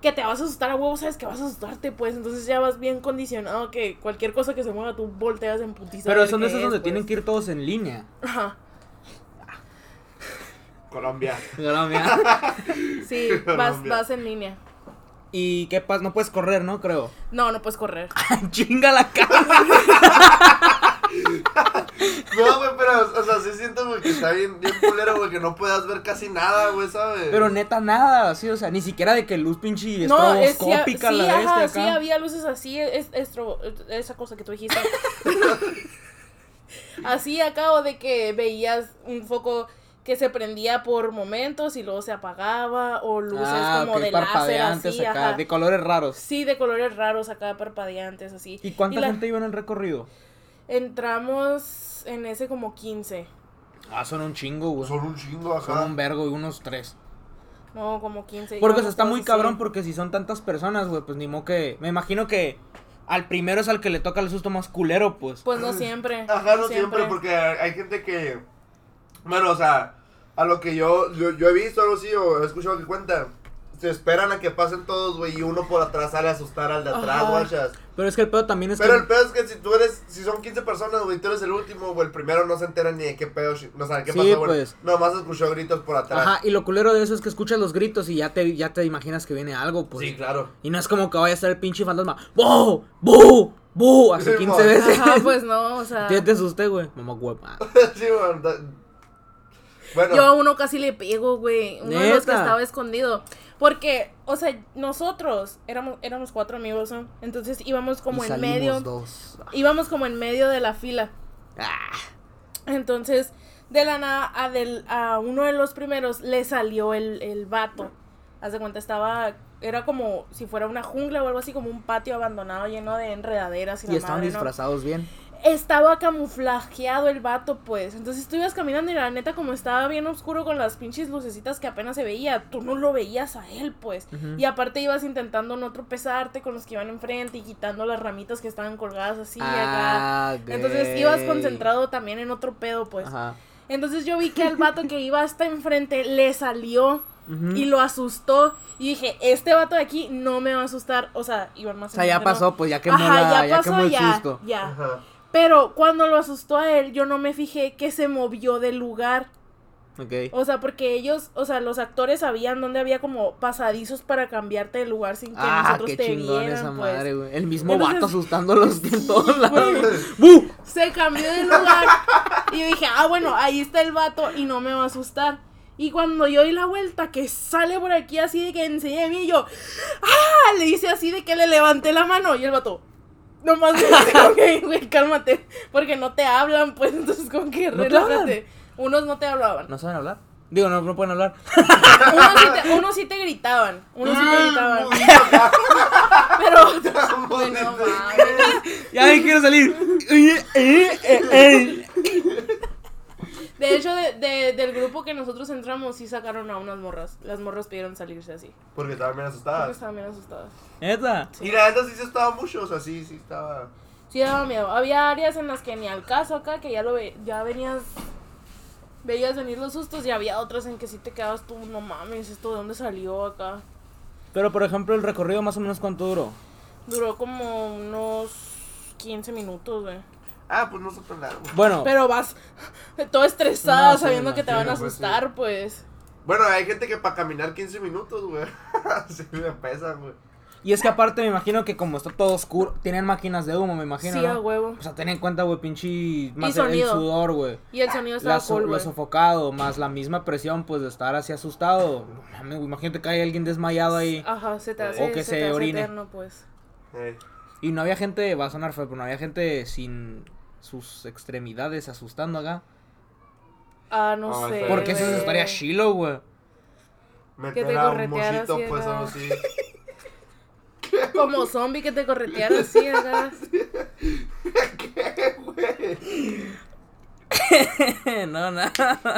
Speaker 2: que te vas a asustar a huevo, sabes que vas a asustarte, pues, entonces ya vas bien condicionado que cualquier cosa que se mueva tú volteas en putiza.
Speaker 1: Pero son de esos donde
Speaker 2: pues?
Speaker 1: tienen que ir todos en línea.
Speaker 2: Ajá.
Speaker 3: Colombia.
Speaker 1: Colombia.
Speaker 2: Sí, vas, vas en línea.
Speaker 1: y qué pasa, no puedes correr, ¿no? Creo.
Speaker 2: No, no puedes correr.
Speaker 1: Chinga la cara.
Speaker 3: No, güey, pero, o sea, sí siento, güey, que está bien, bien culero, güey, que no puedas ver casi nada, güey, ¿sabes?
Speaker 1: Pero neta nada, así, o sea, ni siquiera de que luz pinche
Speaker 2: No, es, sí, ha-
Speaker 1: estroboscópica
Speaker 2: sí,
Speaker 1: la de este
Speaker 2: ajá,
Speaker 1: acá.
Speaker 2: sí había luces así, es, estro- esa cosa que tú dijiste. así acabo de que veías un foco que se prendía por momentos y luego se apagaba o luces
Speaker 1: ah,
Speaker 2: como
Speaker 1: ok,
Speaker 2: de láser
Speaker 1: parpadeantes
Speaker 2: así,
Speaker 1: acá,
Speaker 2: ajá.
Speaker 1: de colores raros.
Speaker 2: Sí, de colores raros acá parpadeantes así.
Speaker 1: ¿Y cuánta
Speaker 2: la-
Speaker 1: gente iba en el recorrido?
Speaker 2: Entramos en ese como 15.
Speaker 1: Ah, son un chingo, güey.
Speaker 3: Son Pues un chingo,
Speaker 1: Son
Speaker 3: ajá.
Speaker 1: un vergo y unos tres.
Speaker 2: No, como 15.
Speaker 1: Porque se
Speaker 2: íbamos
Speaker 1: está
Speaker 2: todos
Speaker 1: muy
Speaker 2: así.
Speaker 1: cabrón, porque si son tantas personas, güey, pues ni modo que... Me imagino que al primero es al que le toca el susto más culero, pues.
Speaker 2: Pues no siempre.
Speaker 3: Ajá, no siempre, porque hay gente que. Bueno, o sea, a lo que yo, yo, yo he visto algo así o he escuchado que cuenta. Se esperan a que pasen todos, güey, y uno por atrás sale a asustar al de atrás,
Speaker 2: Ajá.
Speaker 3: guachas.
Speaker 1: Pero es que el pedo también es
Speaker 3: Pero
Speaker 1: que...
Speaker 3: el pedo es que si tú eres, si son 15 personas, güey, tú eres el último, güey, el primero no se entera ni de qué pedo, shi- no sabe qué
Speaker 1: Sí,
Speaker 3: pasó, güey.
Speaker 1: pues.
Speaker 3: Nomás escuchó gritos por atrás.
Speaker 1: Ajá, y lo culero de eso es que escuchas los gritos y ya te, ya te imaginas que viene algo, pues.
Speaker 3: Sí, claro.
Speaker 1: Y no es como que vaya a ser el pinche fantasma. ¡Bu! ¡Bu! ¡Bu! Así
Speaker 3: Sí,
Speaker 1: 15
Speaker 3: mon.
Speaker 1: veces.
Speaker 2: Ajá, pues no, o sea.
Speaker 1: Ya te asusté, güey. Mamá hueva.
Speaker 3: sí, güey. da- Bueno,
Speaker 2: Yo a uno casi le pego, güey. Uno de los que
Speaker 1: ¿Neta?
Speaker 2: estaba escondido. Porque, o sea, nosotros éramos, éramos cuatro amigos, ¿no? Entonces íbamos como
Speaker 1: Y
Speaker 2: en
Speaker 1: salimos
Speaker 2: medio.
Speaker 1: dos.
Speaker 2: Íbamos como en medio de la fila.
Speaker 1: Ah.
Speaker 2: Entonces, de la nada, a, del- a uno de los primeros le salió el, el vato. Haz de cuenta, estaba. Era como si fuera una jungla o algo así, como un patio abandonado lleno de enredaderas y,
Speaker 1: Y
Speaker 2: la
Speaker 1: estaban
Speaker 2: madre, ¿no?
Speaker 1: disfrazados bien.
Speaker 2: estaba camuflajeado el vato, pues. Entonces tú ibas caminando y la neta, como estaba bien oscuro con las pinches lucecitas que apenas se veía, tú no lo veías a él, pues.
Speaker 1: Ujú.
Speaker 2: Y aparte ibas intentando no tropezarte con los que iban enfrente y quitando las ramitas que estaban colgadas así acá.
Speaker 1: Ah,
Speaker 2: Entonces
Speaker 1: güey.
Speaker 2: ibas concentrado también en otro pedo, pues.
Speaker 1: Ajá.
Speaker 2: Entonces yo vi que al vato que iba hasta enfrente le salió
Speaker 1: Ujú.
Speaker 2: y lo asustó. Y dije, este vato de aquí no me va a asustar. O sea, iban más
Speaker 1: O sea, ya
Speaker 2: enfrente, ¿no?
Speaker 1: pasó, pues ya quemó,
Speaker 2: Ajá,
Speaker 1: la-
Speaker 2: ya,
Speaker 1: ya
Speaker 2: pasó,
Speaker 1: quemó el
Speaker 2: ya,
Speaker 1: susto.
Speaker 2: ya.
Speaker 3: ajá.
Speaker 2: Pero cuando lo asustó a él, yo no me fijé que se movió del lugar.
Speaker 1: Ok.
Speaker 2: O sea, porque ellos, o sea, los actores sabían dónde había como pasadizos para cambiarte de lugar sin que
Speaker 1: Ah,
Speaker 2: nosotros
Speaker 1: qué
Speaker 2: te
Speaker 1: chingón
Speaker 2: vieran.
Speaker 1: esa
Speaker 2: pues.
Speaker 1: madre, güey. El mismo
Speaker 2: Entonces-
Speaker 1: vato asustándolos de todos lados.
Speaker 3: Pues,
Speaker 1: ¡Bu!
Speaker 2: Se cambió de lugar. y yo dije, ah, bueno, ahí está el vato y no me va a asustar. Y cuando yo di la vuelta, que sale por aquí así de que enseguida de mí, yo, ¡ah! Le hice así de que le levanté la mano y el vato. Nomás me dice, ok, güey, cálmate. Porque no te hablan, pues entonces, con que
Speaker 1: ¿No te
Speaker 2: relájate. Unos no te hablaban.
Speaker 1: ¿No saben hablar? Digo, no, no pueden hablar.
Speaker 2: Unos, sí te, unos sí te gritaban. Unos sí
Speaker 3: Ah,
Speaker 2: te gritaban. Pero. Güey, no mames.
Speaker 1: ¡Ya me quiero salir! Eh,
Speaker 2: De hecho, de- de- del grupo que nosotros entramos, sí sacaron a unas morras. Las morras pidieron salirse así.
Speaker 3: Porque estaban bien
Speaker 2: Porque
Speaker 3: asustadas.
Speaker 2: estaban bien asustadas.
Speaker 1: ¿Neta?
Speaker 3: Y la neta sí se estaba mucho, o sea, sí, sí estaba.
Speaker 2: Sí daba miedo. Había áreas en las que ni al caso acá, que ya lo ve, ya venías. Veías venir los sustos y había otras en que sí te quedabas tú, no mames, esto de dónde salió acá.
Speaker 1: Pero, por ejemplo, el recorrido más o menos cuánto duró.
Speaker 2: Duró como unos 15 minutos, güey.
Speaker 3: Ah, pues no se largo.
Speaker 1: Bueno,
Speaker 2: Pero vas todo estresada
Speaker 1: No, sí,
Speaker 2: sabiendo
Speaker 1: me
Speaker 2: que te van a
Speaker 3: imagino, pues, sí.
Speaker 2: asustar, pues.
Speaker 3: Bueno, hay gente que para caminar 15 minutos, güey. sí me pesa, güey.
Speaker 1: y es que aparte me imagino que como está todo oscuro, tienen máquinas de humo, me imagino.
Speaker 2: Sí,
Speaker 1: ¿no?
Speaker 2: a huevo.
Speaker 1: O sea, ten en cuenta, güey, pinche. Más el- el,
Speaker 2: sonido.
Speaker 1: sudor, güey.
Speaker 2: Y el sonido
Speaker 1: La
Speaker 2: estaba
Speaker 1: so-
Speaker 2: cool,
Speaker 1: lo
Speaker 2: güey.
Speaker 1: sofocado, más la misma presión, pues de estar así asustado. No mames, güey, Imagínate que hay alguien desmayado ahí.
Speaker 2: Ajá, se te
Speaker 3: O
Speaker 2: hace,
Speaker 1: que
Speaker 2: se
Speaker 1: se
Speaker 2: te hace
Speaker 1: orine.
Speaker 2: eterno, pues.
Speaker 3: Eh,
Speaker 1: Y no había gente, va a sonar feo, pero no había gente sin sus extremidades asustando acá.
Speaker 2: Ah, no
Speaker 3: Ah,
Speaker 2: sé.
Speaker 3: está
Speaker 1: Porque eso
Speaker 2: güey.
Speaker 1: estaría chilo, güey.
Speaker 2: Que
Speaker 3: Meter
Speaker 2: te
Speaker 3: a un
Speaker 2: correteara
Speaker 3: mosito,
Speaker 2: así,
Speaker 3: pues,
Speaker 2: ¿no?
Speaker 3: algo así.
Speaker 2: Como zombie que te correteara así, acá.
Speaker 3: ¿Qué, güey?
Speaker 1: no, nada.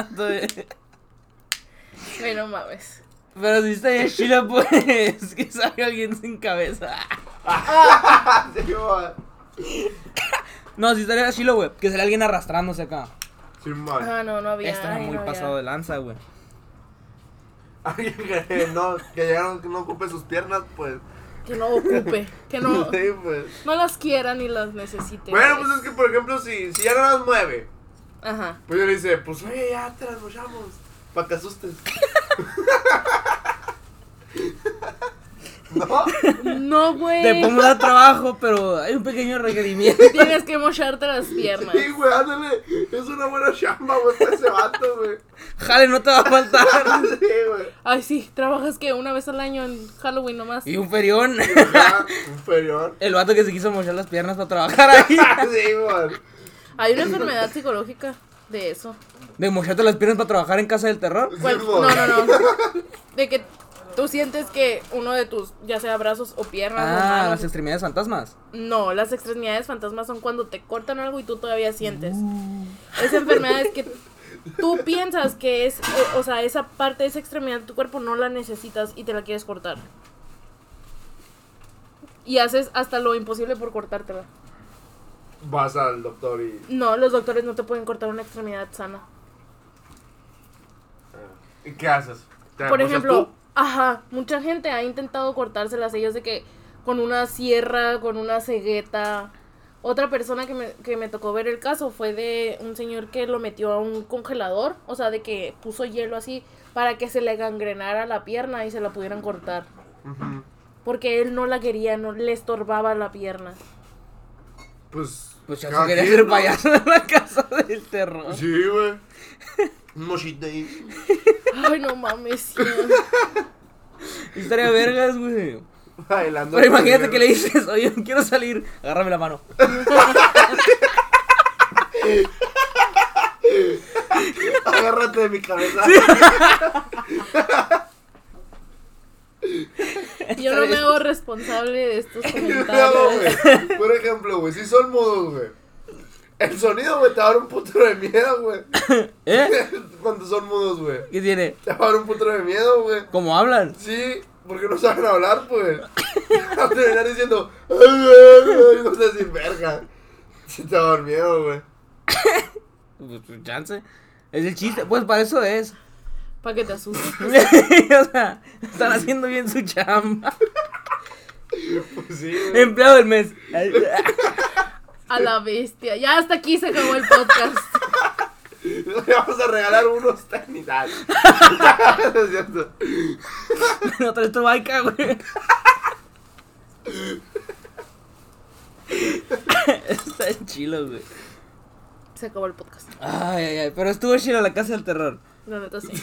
Speaker 1: estoy-
Speaker 2: Ay, no mames.
Speaker 1: Pero si está en Chile, pues que salga alguien sin cabeza. No, si estaría chilo, güey. Que salga alguien arrastrándose acá.
Speaker 3: Sin mal.
Speaker 2: Ah, no, no había.
Speaker 1: Estará
Speaker 2: ay,
Speaker 1: muy
Speaker 2: no había.
Speaker 1: pasado de lanza, güey.
Speaker 3: Alguien que no, que llegaron que no ocupe sus piernas, pues.
Speaker 2: Que no ocupe. Que no,
Speaker 3: Sí, pues.
Speaker 2: no las quiera ni las necesite.
Speaker 3: Bueno, pues es que, por ejemplo, si, si ya no las mueve,
Speaker 2: Ajá.
Speaker 3: pues yo le dice, pues oye, ya te las mochamos. Para que asustes. ¿No?
Speaker 2: No, güey.
Speaker 1: Te pongo a dar trabajo, pero hay un pequeño requerimiento.
Speaker 2: Tienes que mocharte las piernas.
Speaker 3: Sí, güey, ándale. Es una buena chamba, güey, para ese vato, güey.
Speaker 1: Jale, no te va a faltar.
Speaker 3: Sí, güey.
Speaker 2: Ay, sí, trabajas que una vez al año en Halloween nomás.
Speaker 1: Y un ferión.
Speaker 3: Ya, Inferior.
Speaker 1: El vato que se quiso mochar las piernas para trabajar ahí.
Speaker 3: Sí, güey.
Speaker 2: Hay una enfermedad psicológica de eso.
Speaker 1: De mocharte las piernas para trabajar en casa del terror.
Speaker 2: Pues,
Speaker 3: Sí,
Speaker 2: no,
Speaker 3: güey.
Speaker 2: no, no. De que tú sientes que uno de tus, ya sea brazos o piernas o
Speaker 1: Ah,
Speaker 2: manos-
Speaker 1: las extremidades fantasmas.
Speaker 2: No, las extremidades fantasmas son cuando te cortan algo y tú todavía sientes. Esa enfermedad es que tú piensas que es, o, o sea, esa parte, esa extremidad de tu cuerpo no la necesitas y te la quieres cortar. Y haces hasta lo imposible por cortártela.
Speaker 3: Vas al doctor y.
Speaker 2: No, los doctores no te pueden cortar una extremidad sana.
Speaker 3: ¿Y qué haces? ¿Te
Speaker 2: Por
Speaker 3: acuestas
Speaker 2: ejemplo,
Speaker 3: tú?
Speaker 2: ajá, mucha gente ha intentado cortárselas ellos de que con una sierra, con una cegueta. Otra persona que me, que me tocó ver el caso fue de un señor que lo metió a un congelador, o sea, de que puso hielo así para que se le gangrenara la pierna y se la pudieran cortar.
Speaker 3: Ujú.
Speaker 2: Porque él no la quería, no le estorbaba la pierna.
Speaker 3: Pues.
Speaker 1: Pues ya
Speaker 3: cada
Speaker 1: se quería
Speaker 3: quien,
Speaker 1: ser
Speaker 3: ¿no?
Speaker 1: payaso en la casa del terror.
Speaker 3: Sí, güey. Un mochito ahí.
Speaker 2: Ay, no mames. sí.
Speaker 1: Historia vergas, güey.
Speaker 3: Bailando.
Speaker 1: Pero imagínate que le dices, oye, quiero salir, agárrame la mano.
Speaker 3: Agárrate de mi cabeza.
Speaker 2: Yo no me hago responsable de estos
Speaker 3: Luego,
Speaker 2: comentarios.
Speaker 3: güey, Por ejemplo, güey, si son mudos, güey. El sonido, güey, te va a dar un putero de miedo, güey.
Speaker 1: ¿Eh?
Speaker 3: Cuando son mudos, güey.
Speaker 1: ¿Qué tiene?
Speaker 3: Te va a dar un putero de miedo, güey.
Speaker 1: ¿Cómo hablan?
Speaker 3: Sí, porque no saben hablar, pues. Van a terminar diciendo. "Ay, ay, ay", No sé si verga. Si te va a dar miedo, güey.
Speaker 1: Pues, pues, chance. Es el chiste, pues para eso es.
Speaker 2: Para que te asustes.
Speaker 1: o sea, están haciendo bien su chamba.
Speaker 3: Pues sí, güey.
Speaker 1: Empleado del mes.
Speaker 2: A la bestia. Ya hasta aquí se acabó el podcast.
Speaker 3: Le vamos a regalar unos tenis. Ah, no es cierto.
Speaker 1: no traes tu baica, güey. Están chilos, güey.
Speaker 2: Se acabó el podcast.
Speaker 1: Ay, ay, ay. Pero estuvo chila la casa del terror.
Speaker 2: La neta sí.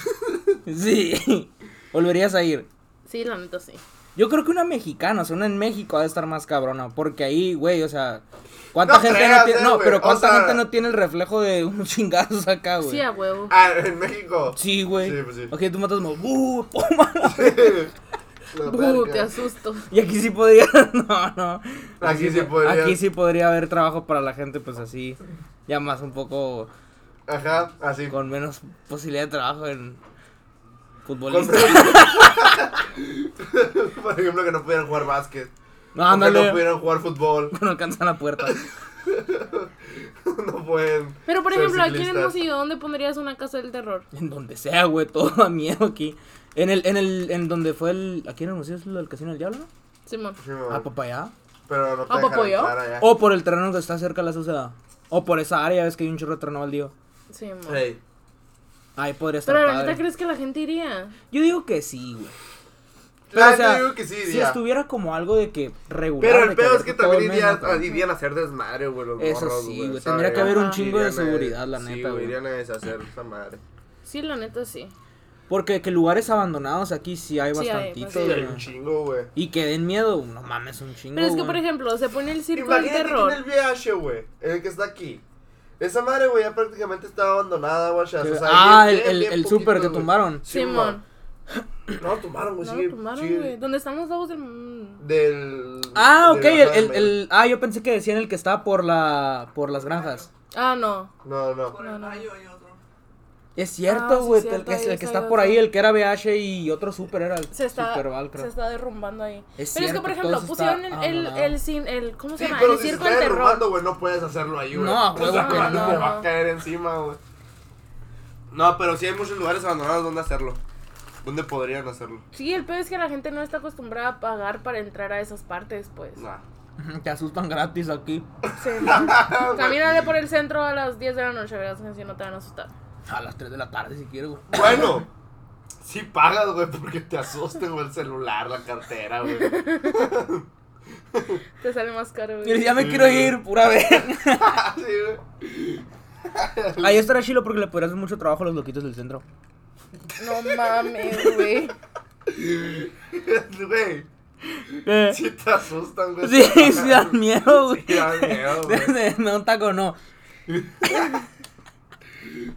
Speaker 1: Sí. Volverías a ir.
Speaker 2: Sí, la neta sí.
Speaker 1: Yo creo que una mexicana, o sea, una en México ha de estar más cabrona, porque ahí, güey, o sea, ¿cuánta
Speaker 3: No
Speaker 1: gente no
Speaker 3: creas,
Speaker 1: tiene,
Speaker 3: eh,
Speaker 1: no,
Speaker 3: güey,
Speaker 1: pero
Speaker 3: o
Speaker 1: cuánta
Speaker 3: sea-
Speaker 1: gente no tiene el reflejo de un chingazo acá, güey?
Speaker 2: Sí, a huevo.
Speaker 3: Ah, en México.
Speaker 1: Sí, güey.
Speaker 3: Sí, pues sí.
Speaker 1: Ok, tú matas como, "Uh, puma".
Speaker 3: La
Speaker 2: Uh,
Speaker 3: verga.
Speaker 2: te asusto.
Speaker 1: Y aquí sí podría, no, no.
Speaker 3: Aquí sí podría.
Speaker 1: Aquí sí podría haber trabajo para la gente, pues así, ya más un poco,
Speaker 3: Ajá, así.
Speaker 1: con menos posibilidad de trabajo en
Speaker 3: Con-
Speaker 1: futbolista.
Speaker 3: Por ejemplo, que no pudieran jugar básquet.
Speaker 1: No,
Speaker 3: o que no
Speaker 1: ándale,
Speaker 3: pudieran jugar fútbol.
Speaker 1: no alcanzan la puerta.
Speaker 3: No pueden.
Speaker 2: Pero por
Speaker 3: ser
Speaker 2: ejemplo, aquí en
Speaker 3: ciclistas.
Speaker 2: Hermosillo, ¿dónde pondrías una casa del terror?
Speaker 1: En donde sea, güey, todo da miedo aquí. En el, en el, en donde fue el, aquí en el museo es el Casino del Diablo, ¿no?
Speaker 2: Simón.
Speaker 3: Sí, mamá.
Speaker 1: Ah, papá, ya.
Speaker 3: Pero no te
Speaker 2: ¿A
Speaker 3: dejan
Speaker 2: Popoyo?
Speaker 3: entrar allá.
Speaker 1: O por el terreno que está cerca de la sociedad. O por esa área, ves que hay un chorro de terreno baldío.
Speaker 2: Simón.
Speaker 3: Ey,
Speaker 1: Ahí podría estar
Speaker 2: Pero la
Speaker 1: padre.
Speaker 2: neta crees que la gente iría.
Speaker 1: Yo digo que sí, güey.
Speaker 3: Pero
Speaker 1: o sea,
Speaker 3: yo digo que sí,
Speaker 1: Si
Speaker 3: iría.
Speaker 1: estuviera como algo de que regular.
Speaker 3: Pero
Speaker 1: de
Speaker 3: el pedo es que
Speaker 1: abierto todo el
Speaker 3: también
Speaker 1: mes,
Speaker 3: irían,
Speaker 1: ¿no?
Speaker 3: ah, irían a hacer desmadre, güey, los
Speaker 1: Eso
Speaker 3: morros,
Speaker 1: sí,
Speaker 3: güey,
Speaker 1: güey,
Speaker 3: ¿sabes?
Speaker 1: tendría que haber un chingo de
Speaker 3: Irían a-
Speaker 1: seguridad, la
Speaker 3: sí,
Speaker 1: neta, güey.
Speaker 3: irían a deshacer esa madre.
Speaker 2: Sí, la neta sí.
Speaker 1: Porque que lugares abandonados aquí sí hay
Speaker 2: Sí hay,
Speaker 1: bastantitos.
Speaker 2: Sí,
Speaker 3: Sí, hay
Speaker 1: güey.
Speaker 3: un chingo, güey.
Speaker 1: Y que den miedo, no mames, un chingo.
Speaker 2: Pero es que,
Speaker 1: güey.
Speaker 2: por ejemplo, se pone el circo del
Speaker 3: Imagínate que en el
Speaker 2: terror.
Speaker 3: VH, güey, el que está aquí. Esa madre, güey, ya prácticamente estaba abandonada, güey. ya,
Speaker 1: Que-
Speaker 3: o sea,
Speaker 1: ah, el,
Speaker 3: bien- bien-
Speaker 1: el,
Speaker 3: bien
Speaker 1: el
Speaker 3: poquito,
Speaker 1: super que
Speaker 3: güey.
Speaker 1: tumbaron.
Speaker 2: Simón.
Speaker 3: No, tumbaron, güey,
Speaker 2: No
Speaker 3: Pues sí.
Speaker 2: lo tomaron,
Speaker 3: sí.
Speaker 2: güey. ¿Dónde están los ojos del.? mm,
Speaker 3: Del.
Speaker 1: Ah, ok,
Speaker 3: del-
Speaker 1: el,
Speaker 3: ajá,
Speaker 1: el,
Speaker 3: del-
Speaker 1: el- ah, yo pensé que decían el que está por la, por las granjas.
Speaker 2: Ah, no.
Speaker 3: No, no.
Speaker 2: No, no.
Speaker 1: Es
Speaker 2: Ah,
Speaker 1: cierto,
Speaker 2: sí,
Speaker 1: güey.
Speaker 2: cierto,
Speaker 1: el que,
Speaker 2: ahí
Speaker 1: el
Speaker 2: está,
Speaker 1: que
Speaker 2: ahí
Speaker 1: está
Speaker 2: está.
Speaker 1: por ahí, el que era BH y otro super era el
Speaker 2: Se está,
Speaker 1: Super Val, creo.
Speaker 2: se está derrumbando ahí.
Speaker 1: Es
Speaker 2: pero es que,
Speaker 1: cierto,
Speaker 2: por ejemplo,
Speaker 1: todo eso está
Speaker 2: pusieron el, el,
Speaker 1: abandonado.
Speaker 2: el cin- el- ¿cómo se
Speaker 3: Sí,
Speaker 2: llama?
Speaker 3: pero
Speaker 2: el
Speaker 3: si se
Speaker 2: circo
Speaker 3: está
Speaker 2: del terror.
Speaker 3: derrumbando, güey, no puedes hacerlo ahí, güey.
Speaker 1: No, a huevo
Speaker 3: Esa
Speaker 1: que
Speaker 3: madre
Speaker 1: no.
Speaker 3: te va a caer encima, güey. No, pero sí hay muchos lugares abandonados donde hacerlo. Donde podrían hacerlo.
Speaker 2: Sí, el peor es que la gente no está acostumbrada a pagar para entrar a esas partes, pues.
Speaker 3: Nah.
Speaker 1: Te asustan gratis aquí.
Speaker 2: Sí. Camínale por el centro a las 10 de la noche, verás que si no te van a asustar.
Speaker 1: A las 3 de la tarde, si quieres, güey.
Speaker 3: Bueno, sí pagas, güey, porque te asusten, güey, el celular, la cartera, güey.
Speaker 2: Te sale más caro,
Speaker 1: Y
Speaker 2: güey.
Speaker 1: ya me quiero ir, pura vez.
Speaker 3: Ah, Sí, güey.
Speaker 1: Ahí estará chilo porque le podrías dar mucho trabajo a los loquitos del centro.
Speaker 2: No mames, güey.
Speaker 3: Güey,
Speaker 2: Eh,
Speaker 3: sí te asustan, güey.
Speaker 1: Sí, sí da miedo, güey.
Speaker 3: Sí, da miedo, güey.
Speaker 1: no, un taco no.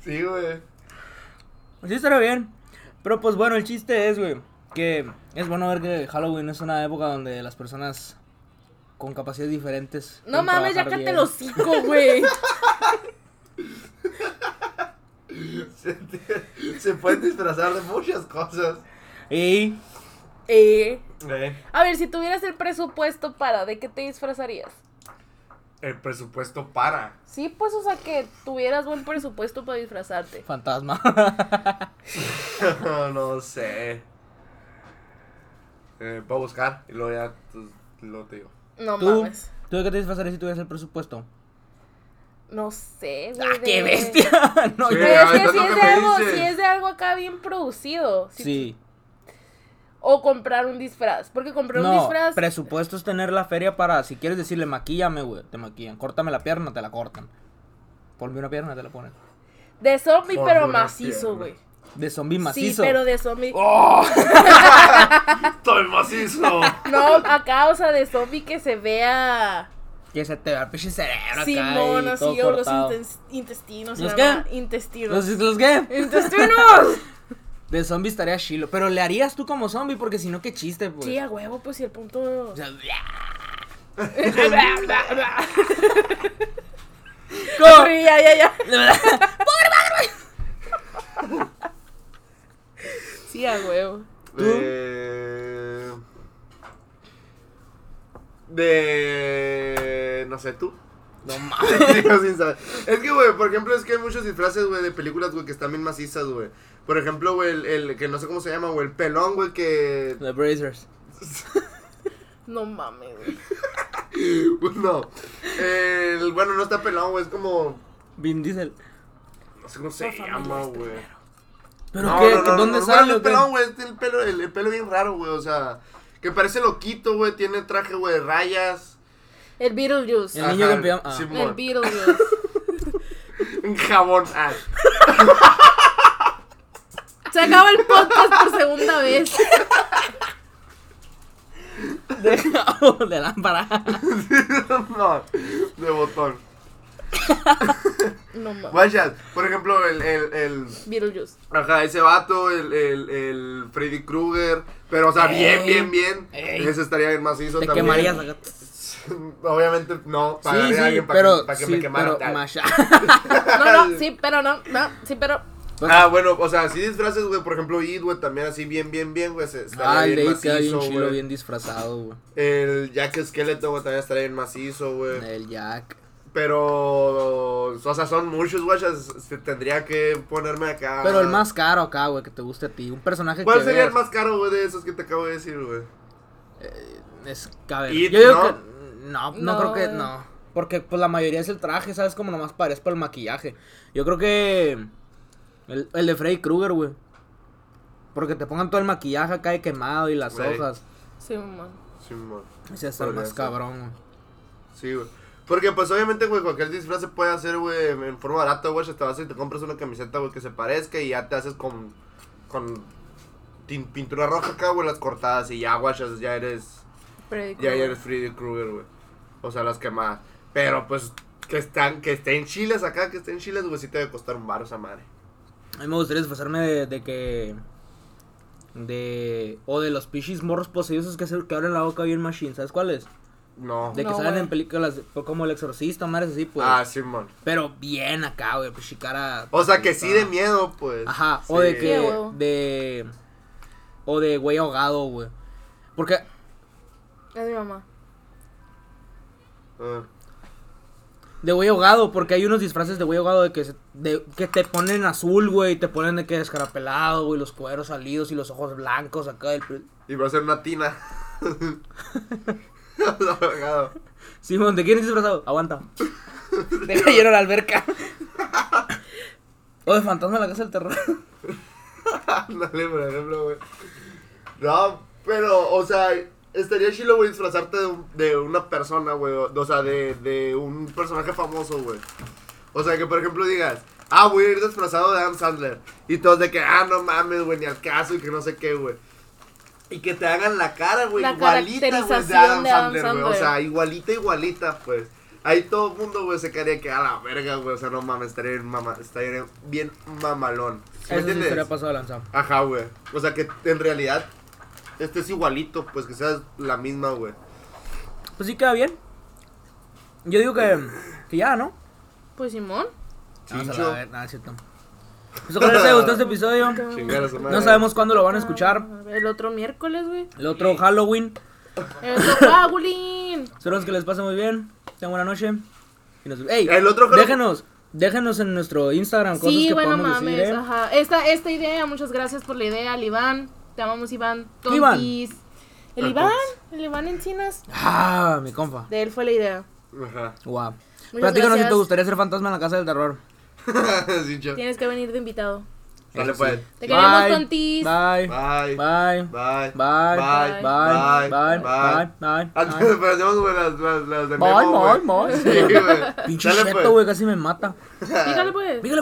Speaker 3: Sí, güey.
Speaker 1: Pues Sí, estará bien. Pero pues bueno, el chiste es, güey, que es bueno ver que Halloween es una época donde las personas con capacidades diferentes.
Speaker 2: No
Speaker 1: pueden
Speaker 2: mames, ya
Speaker 1: trabajar
Speaker 2: cállate
Speaker 1: bien.
Speaker 2: los cinco, güey.
Speaker 3: Se, te- se pueden disfrazar de muchas cosas.
Speaker 1: Y
Speaker 2: Eh,
Speaker 3: Eh,
Speaker 2: a ver, si tuvieras el presupuesto para, ¿de qué te disfrazarías?
Speaker 3: el presupuesto para.
Speaker 2: Sí, pues, o sea, que tuvieras buen presupuesto para disfrazarte.
Speaker 1: fantasma.
Speaker 3: no sé. Eh, voy a buscar y luego ya pues, luego te digo.
Speaker 2: No
Speaker 1: ¿Tú?
Speaker 2: mames.
Speaker 1: ¿Tú de qué te disfrazarías si tuvieras el presupuesto?
Speaker 2: No sé, güey.
Speaker 1: ¡Ah, qué
Speaker 2: de-
Speaker 1: bestia! no,
Speaker 3: Sí,
Speaker 1: yo-
Speaker 2: Pero es que
Speaker 3: ahorita
Speaker 2: si
Speaker 3: lo
Speaker 2: es,
Speaker 3: que
Speaker 2: de
Speaker 3: me
Speaker 2: algo,
Speaker 3: dices.
Speaker 2: si es de algo acá bien producido. si-
Speaker 1: Sí.
Speaker 2: O comprar un disfraz. Porque comprar un
Speaker 1: No,
Speaker 2: disfraz.
Speaker 1: presupuesto es tener la feria para, si quieres decirle, maquíllame, güey, te maquillan. Córtame la pierna, te la cortan. Ponme una pierna, te la ponen.
Speaker 2: De zombie,
Speaker 3: Por
Speaker 2: pero
Speaker 3: una
Speaker 2: macizo,
Speaker 3: pierna.
Speaker 2: güey.
Speaker 1: De zombie
Speaker 2: Sí,
Speaker 1: macizo. Oh.
Speaker 2: pero de zombie.
Speaker 3: ¡Oh! ¡Estoy macizo!
Speaker 2: No, acá, o sea, de zombie que se vea.
Speaker 1: Que se te va el pinche cerebro
Speaker 2: Simón,
Speaker 1: acá y
Speaker 2: así,
Speaker 1: todo
Speaker 2: o los
Speaker 1: cortado.
Speaker 2: intes- intestinos.
Speaker 1: ¿Los
Speaker 2: se llama,
Speaker 1: qué?
Speaker 2: Intestinos.
Speaker 1: ¿Los, los qué?
Speaker 2: ¡Intestinos!
Speaker 1: De zombie estaría chilo. Pero le harías tú como zombie, porque si no, qué chiste, pues.
Speaker 2: Sí, a huevo, pues, y el punto.
Speaker 1: O sea, ¿Cómo?
Speaker 2: Sí, ya, ya, ya. Sí, a huevo.
Speaker 3: De... de... No sé, tú.
Speaker 1: No mames.
Speaker 3: Digo, sin saber. Es que, güey, por ejemplo, es que hay muchos disfraces, güey, de películas, güey, que están bien macizas, güey. Por ejemplo, güey, el, el que no sé cómo se llama, güey, el pelón, güey, que...
Speaker 1: The Brazers.
Speaker 2: No mames, güey.
Speaker 3: No. El, bueno, no está pelón, güey, es como...
Speaker 1: Vin Diesel.
Speaker 3: No sé cómo se
Speaker 2: Por favor,
Speaker 3: llama,
Speaker 2: este
Speaker 3: güey.
Speaker 1: ¿Pero
Speaker 3: No,
Speaker 1: qué?
Speaker 3: no, no, no,
Speaker 1: ¿Dónde
Speaker 3: no,
Speaker 1: sale? o
Speaker 3: bueno, el
Speaker 1: qué?
Speaker 3: pelón, güey, tiene el pelo, el, el pelo bien raro, güey, o sea... Que parece loquito, güey, tiene traje, güey, de rayas.
Speaker 2: El Beetlejuice.
Speaker 1: El niño que
Speaker 3: Ajá,
Speaker 1: empezó- ah.
Speaker 3: Simón.
Speaker 2: El Beetlejuice.
Speaker 3: Un jabón. Ah.
Speaker 2: Se acaba el podcast por segunda vez.
Speaker 1: De, de lámpara.
Speaker 3: no, de botón.
Speaker 2: No mames.
Speaker 3: Guayas, por ejemplo, el, el, el,
Speaker 2: Beetlejuice.
Speaker 3: ajá, ese vato, el, el, el Freddy Krueger, pero, o sea, bien,
Speaker 1: Ey,
Speaker 3: bien, bien,
Speaker 1: ey.
Speaker 3: ese estaría bien macizo
Speaker 1: Te
Speaker 3: también.
Speaker 1: quemarías acá.
Speaker 3: Obviamente, no,
Speaker 1: sí,
Speaker 3: pagaré a
Speaker 1: sí,
Speaker 3: alguien para
Speaker 1: pero.
Speaker 3: que, para que
Speaker 1: sí,
Speaker 3: me quemara
Speaker 1: pero
Speaker 3: tal.
Speaker 1: masha-
Speaker 2: No, no, sí, pero no, no, sí, pero.
Speaker 3: Ah, bueno, o sea, si disfraces, güey, por ejemplo, Id, güey, también así bien, bien, bien, güey, se- estaría
Speaker 1: Ah, el
Speaker 3: bien
Speaker 1: Dave queda bien
Speaker 3: macizo,
Speaker 1: chilo,
Speaker 3: güey.
Speaker 1: bien disfrazado, güey.
Speaker 3: El Jack Skeleton, güey, también estaría bien macizo, güey.
Speaker 1: El Jack.
Speaker 3: Pero, o sea, son muchos, güey, se- tendría que ponerme acá.
Speaker 1: Pero el más caro acá, güey, que te guste a ti. Un personaje
Speaker 3: Ah. ¿Cuál
Speaker 1: que
Speaker 3: sería el
Speaker 1: veas.
Speaker 3: más caro, güey, de esos que te acabo de decir, güey?
Speaker 1: Es, a ver,
Speaker 3: It,
Speaker 1: yo digo
Speaker 3: ¿no?
Speaker 1: que no, no,
Speaker 2: No,
Speaker 1: creo que
Speaker 2: güey.
Speaker 1: no, porque pues la mayoría es el traje, sabes, como nomás parece para el maquillaje. Yo creo que el, el de Freddy Krueger, güey. Porque te pongan todo el maquillaje acá de quemado y las
Speaker 3: Güey.
Speaker 1: hojas.
Speaker 2: Sí, mamá.
Speaker 3: Simón.
Speaker 1: Ese es el
Speaker 3: Podría
Speaker 1: más
Speaker 3: ser.
Speaker 1: cabrón, güey.
Speaker 3: Sí, güey. Porque, pues, obviamente, güey, cualquier disfraz se puede hacer, güey, en forma barata, güey. Te vas y te compras una camiseta, güey, que se parezca y ya te haces con, con tin- pintura roja acá, güey, las cortadas y ya, güey, ya eres, ya eres Freddy Krueger, güey. O sea, las quemadas. Pero, pues, que están, que estén chiles acá, que estén chiles, güey, sí te debe costar un bar esa madre.
Speaker 1: A mí me gustaría disfrazarme de, de que de o de los pichis morros poseídos que se que abren la boca bien machine, ¿sabes cuáles?
Speaker 3: No.
Speaker 1: De que
Speaker 2: No,
Speaker 1: salen
Speaker 2: güey.
Speaker 1: en películas de- como El Exorcista, madres así, pues.
Speaker 3: ah, Simón.
Speaker 1: Pero bien acá, güey, pues cara.
Speaker 3: O sea, que sí de miedo, pues.
Speaker 1: Ajá,
Speaker 3: Sí.
Speaker 1: o de
Speaker 2: Qué
Speaker 1: que.
Speaker 2: huevo.
Speaker 1: De. O de güey ahogado, güey. Porque.
Speaker 2: Es mi mamá.
Speaker 3: Ah.
Speaker 1: De güey ahogado, porque hay unos disfraces de güey ahogado de que, se- de, que te ponen azul, güey, y te ponen de que descarapelado, güey, los cueros salidos y los ojos blancos acá. del pe-
Speaker 3: Y va a ser una tina. Lo ahogado.
Speaker 1: Simón, ¿de quién es disfrazado? Aguanta. Deja lleno la alberca. o de fantasma de la casa del terror.
Speaker 3: Ándale, por ejemplo, güey. No, pero, o sea, estaría chido, güey, disfrazarte de, un- de una persona, güey. O o sea, de, de un personaje famoso, güey. O sea, que por ejemplo digas, ah, voy a ir disfrazado de Adam Sandler. Y todos de que, ah, no mames, güey, ni al caso y que no sé qué, güey. Y que te hagan la cara, güey,
Speaker 2: La
Speaker 3: igualita, güey, de
Speaker 2: caracterización
Speaker 3: Adam
Speaker 2: de Adam
Speaker 3: Sandler, güey. O
Speaker 2: Sandler.
Speaker 3: sea, igualita, igualita, pues. Ahí todo el mundo, güey, se quedaría que a la verga, güey. O sea, no mames, estaría bien, mama, estaría bien mamalón. ¿Sí me
Speaker 1: Eso sí
Speaker 3: entiendes?
Speaker 1: sería pasado de lanza.
Speaker 3: Ajá, güey. O sea que en realidad este es igualito, pues que seas la misma, güey.
Speaker 1: Pues sí queda bien. Yo digo que, que ya, ¿no?
Speaker 2: Pues Simón.
Speaker 1: Vamos
Speaker 3: Chincho.
Speaker 1: a la ver- nada, es cierto. Pues ojalá les haya gustado este episodio.
Speaker 3: Chingar a su madre.
Speaker 1: No sabemos cuándo lo van
Speaker 2: Ah,
Speaker 1: a escuchar.
Speaker 2: El otro miércoles, güey.
Speaker 1: El otro Halloween.
Speaker 2: El otro ah, Paulín.
Speaker 1: Esperamos que les pase muy bien. Tengan buena noche. Y nos... ¡Ey!
Speaker 3: El otro Halloween-
Speaker 1: déjenos, déjenos en nuestro Instagram cosas
Speaker 2: Sí,
Speaker 1: que
Speaker 2: bueno,
Speaker 1: podamos
Speaker 2: mames. ah.
Speaker 1: decir, ¿eh?
Speaker 2: Ajá. Esta, esta idea, muchas gracias por la idea, al Iván. Te amamos, Iván.
Speaker 1: Iván.
Speaker 2: Tontis. El
Speaker 3: Ah,
Speaker 2: Iván, el Iván Encinas.
Speaker 1: Ah, mi compa.
Speaker 2: De él fue la idea.
Speaker 3: Ajá.
Speaker 1: Guau.
Speaker 2: Muchas
Speaker 1: Platícanos si
Speaker 2: gracias.
Speaker 1: te gustaría ser fantasma en la casa del terror.
Speaker 3: Chincho.
Speaker 2: Tienes que venir de invitado.
Speaker 3: Dale,
Speaker 1: Eso sí.
Speaker 3: pues.
Speaker 2: Te queremos,
Speaker 1: Bye.
Speaker 2: tontis.
Speaker 1: Bye.
Speaker 3: Bye.
Speaker 1: Bye.
Speaker 3: Bye.
Speaker 1: Bye.
Speaker 3: Bye.
Speaker 1: Bye. Bye.
Speaker 3: Bye.
Speaker 1: Bye. Bye.
Speaker 3: Antes
Speaker 1: Bye.
Speaker 3: parecemos, güey, las, las, las de
Speaker 1: Bye,
Speaker 3: Nemo,
Speaker 1: bye,
Speaker 3: güey.
Speaker 1: bye.
Speaker 3: Sí, güey.
Speaker 1: Pinche
Speaker 3: Dale, pues.
Speaker 1: cheto, güey, casi me mata.
Speaker 2: Dígale, pues.
Speaker 1: Dígale,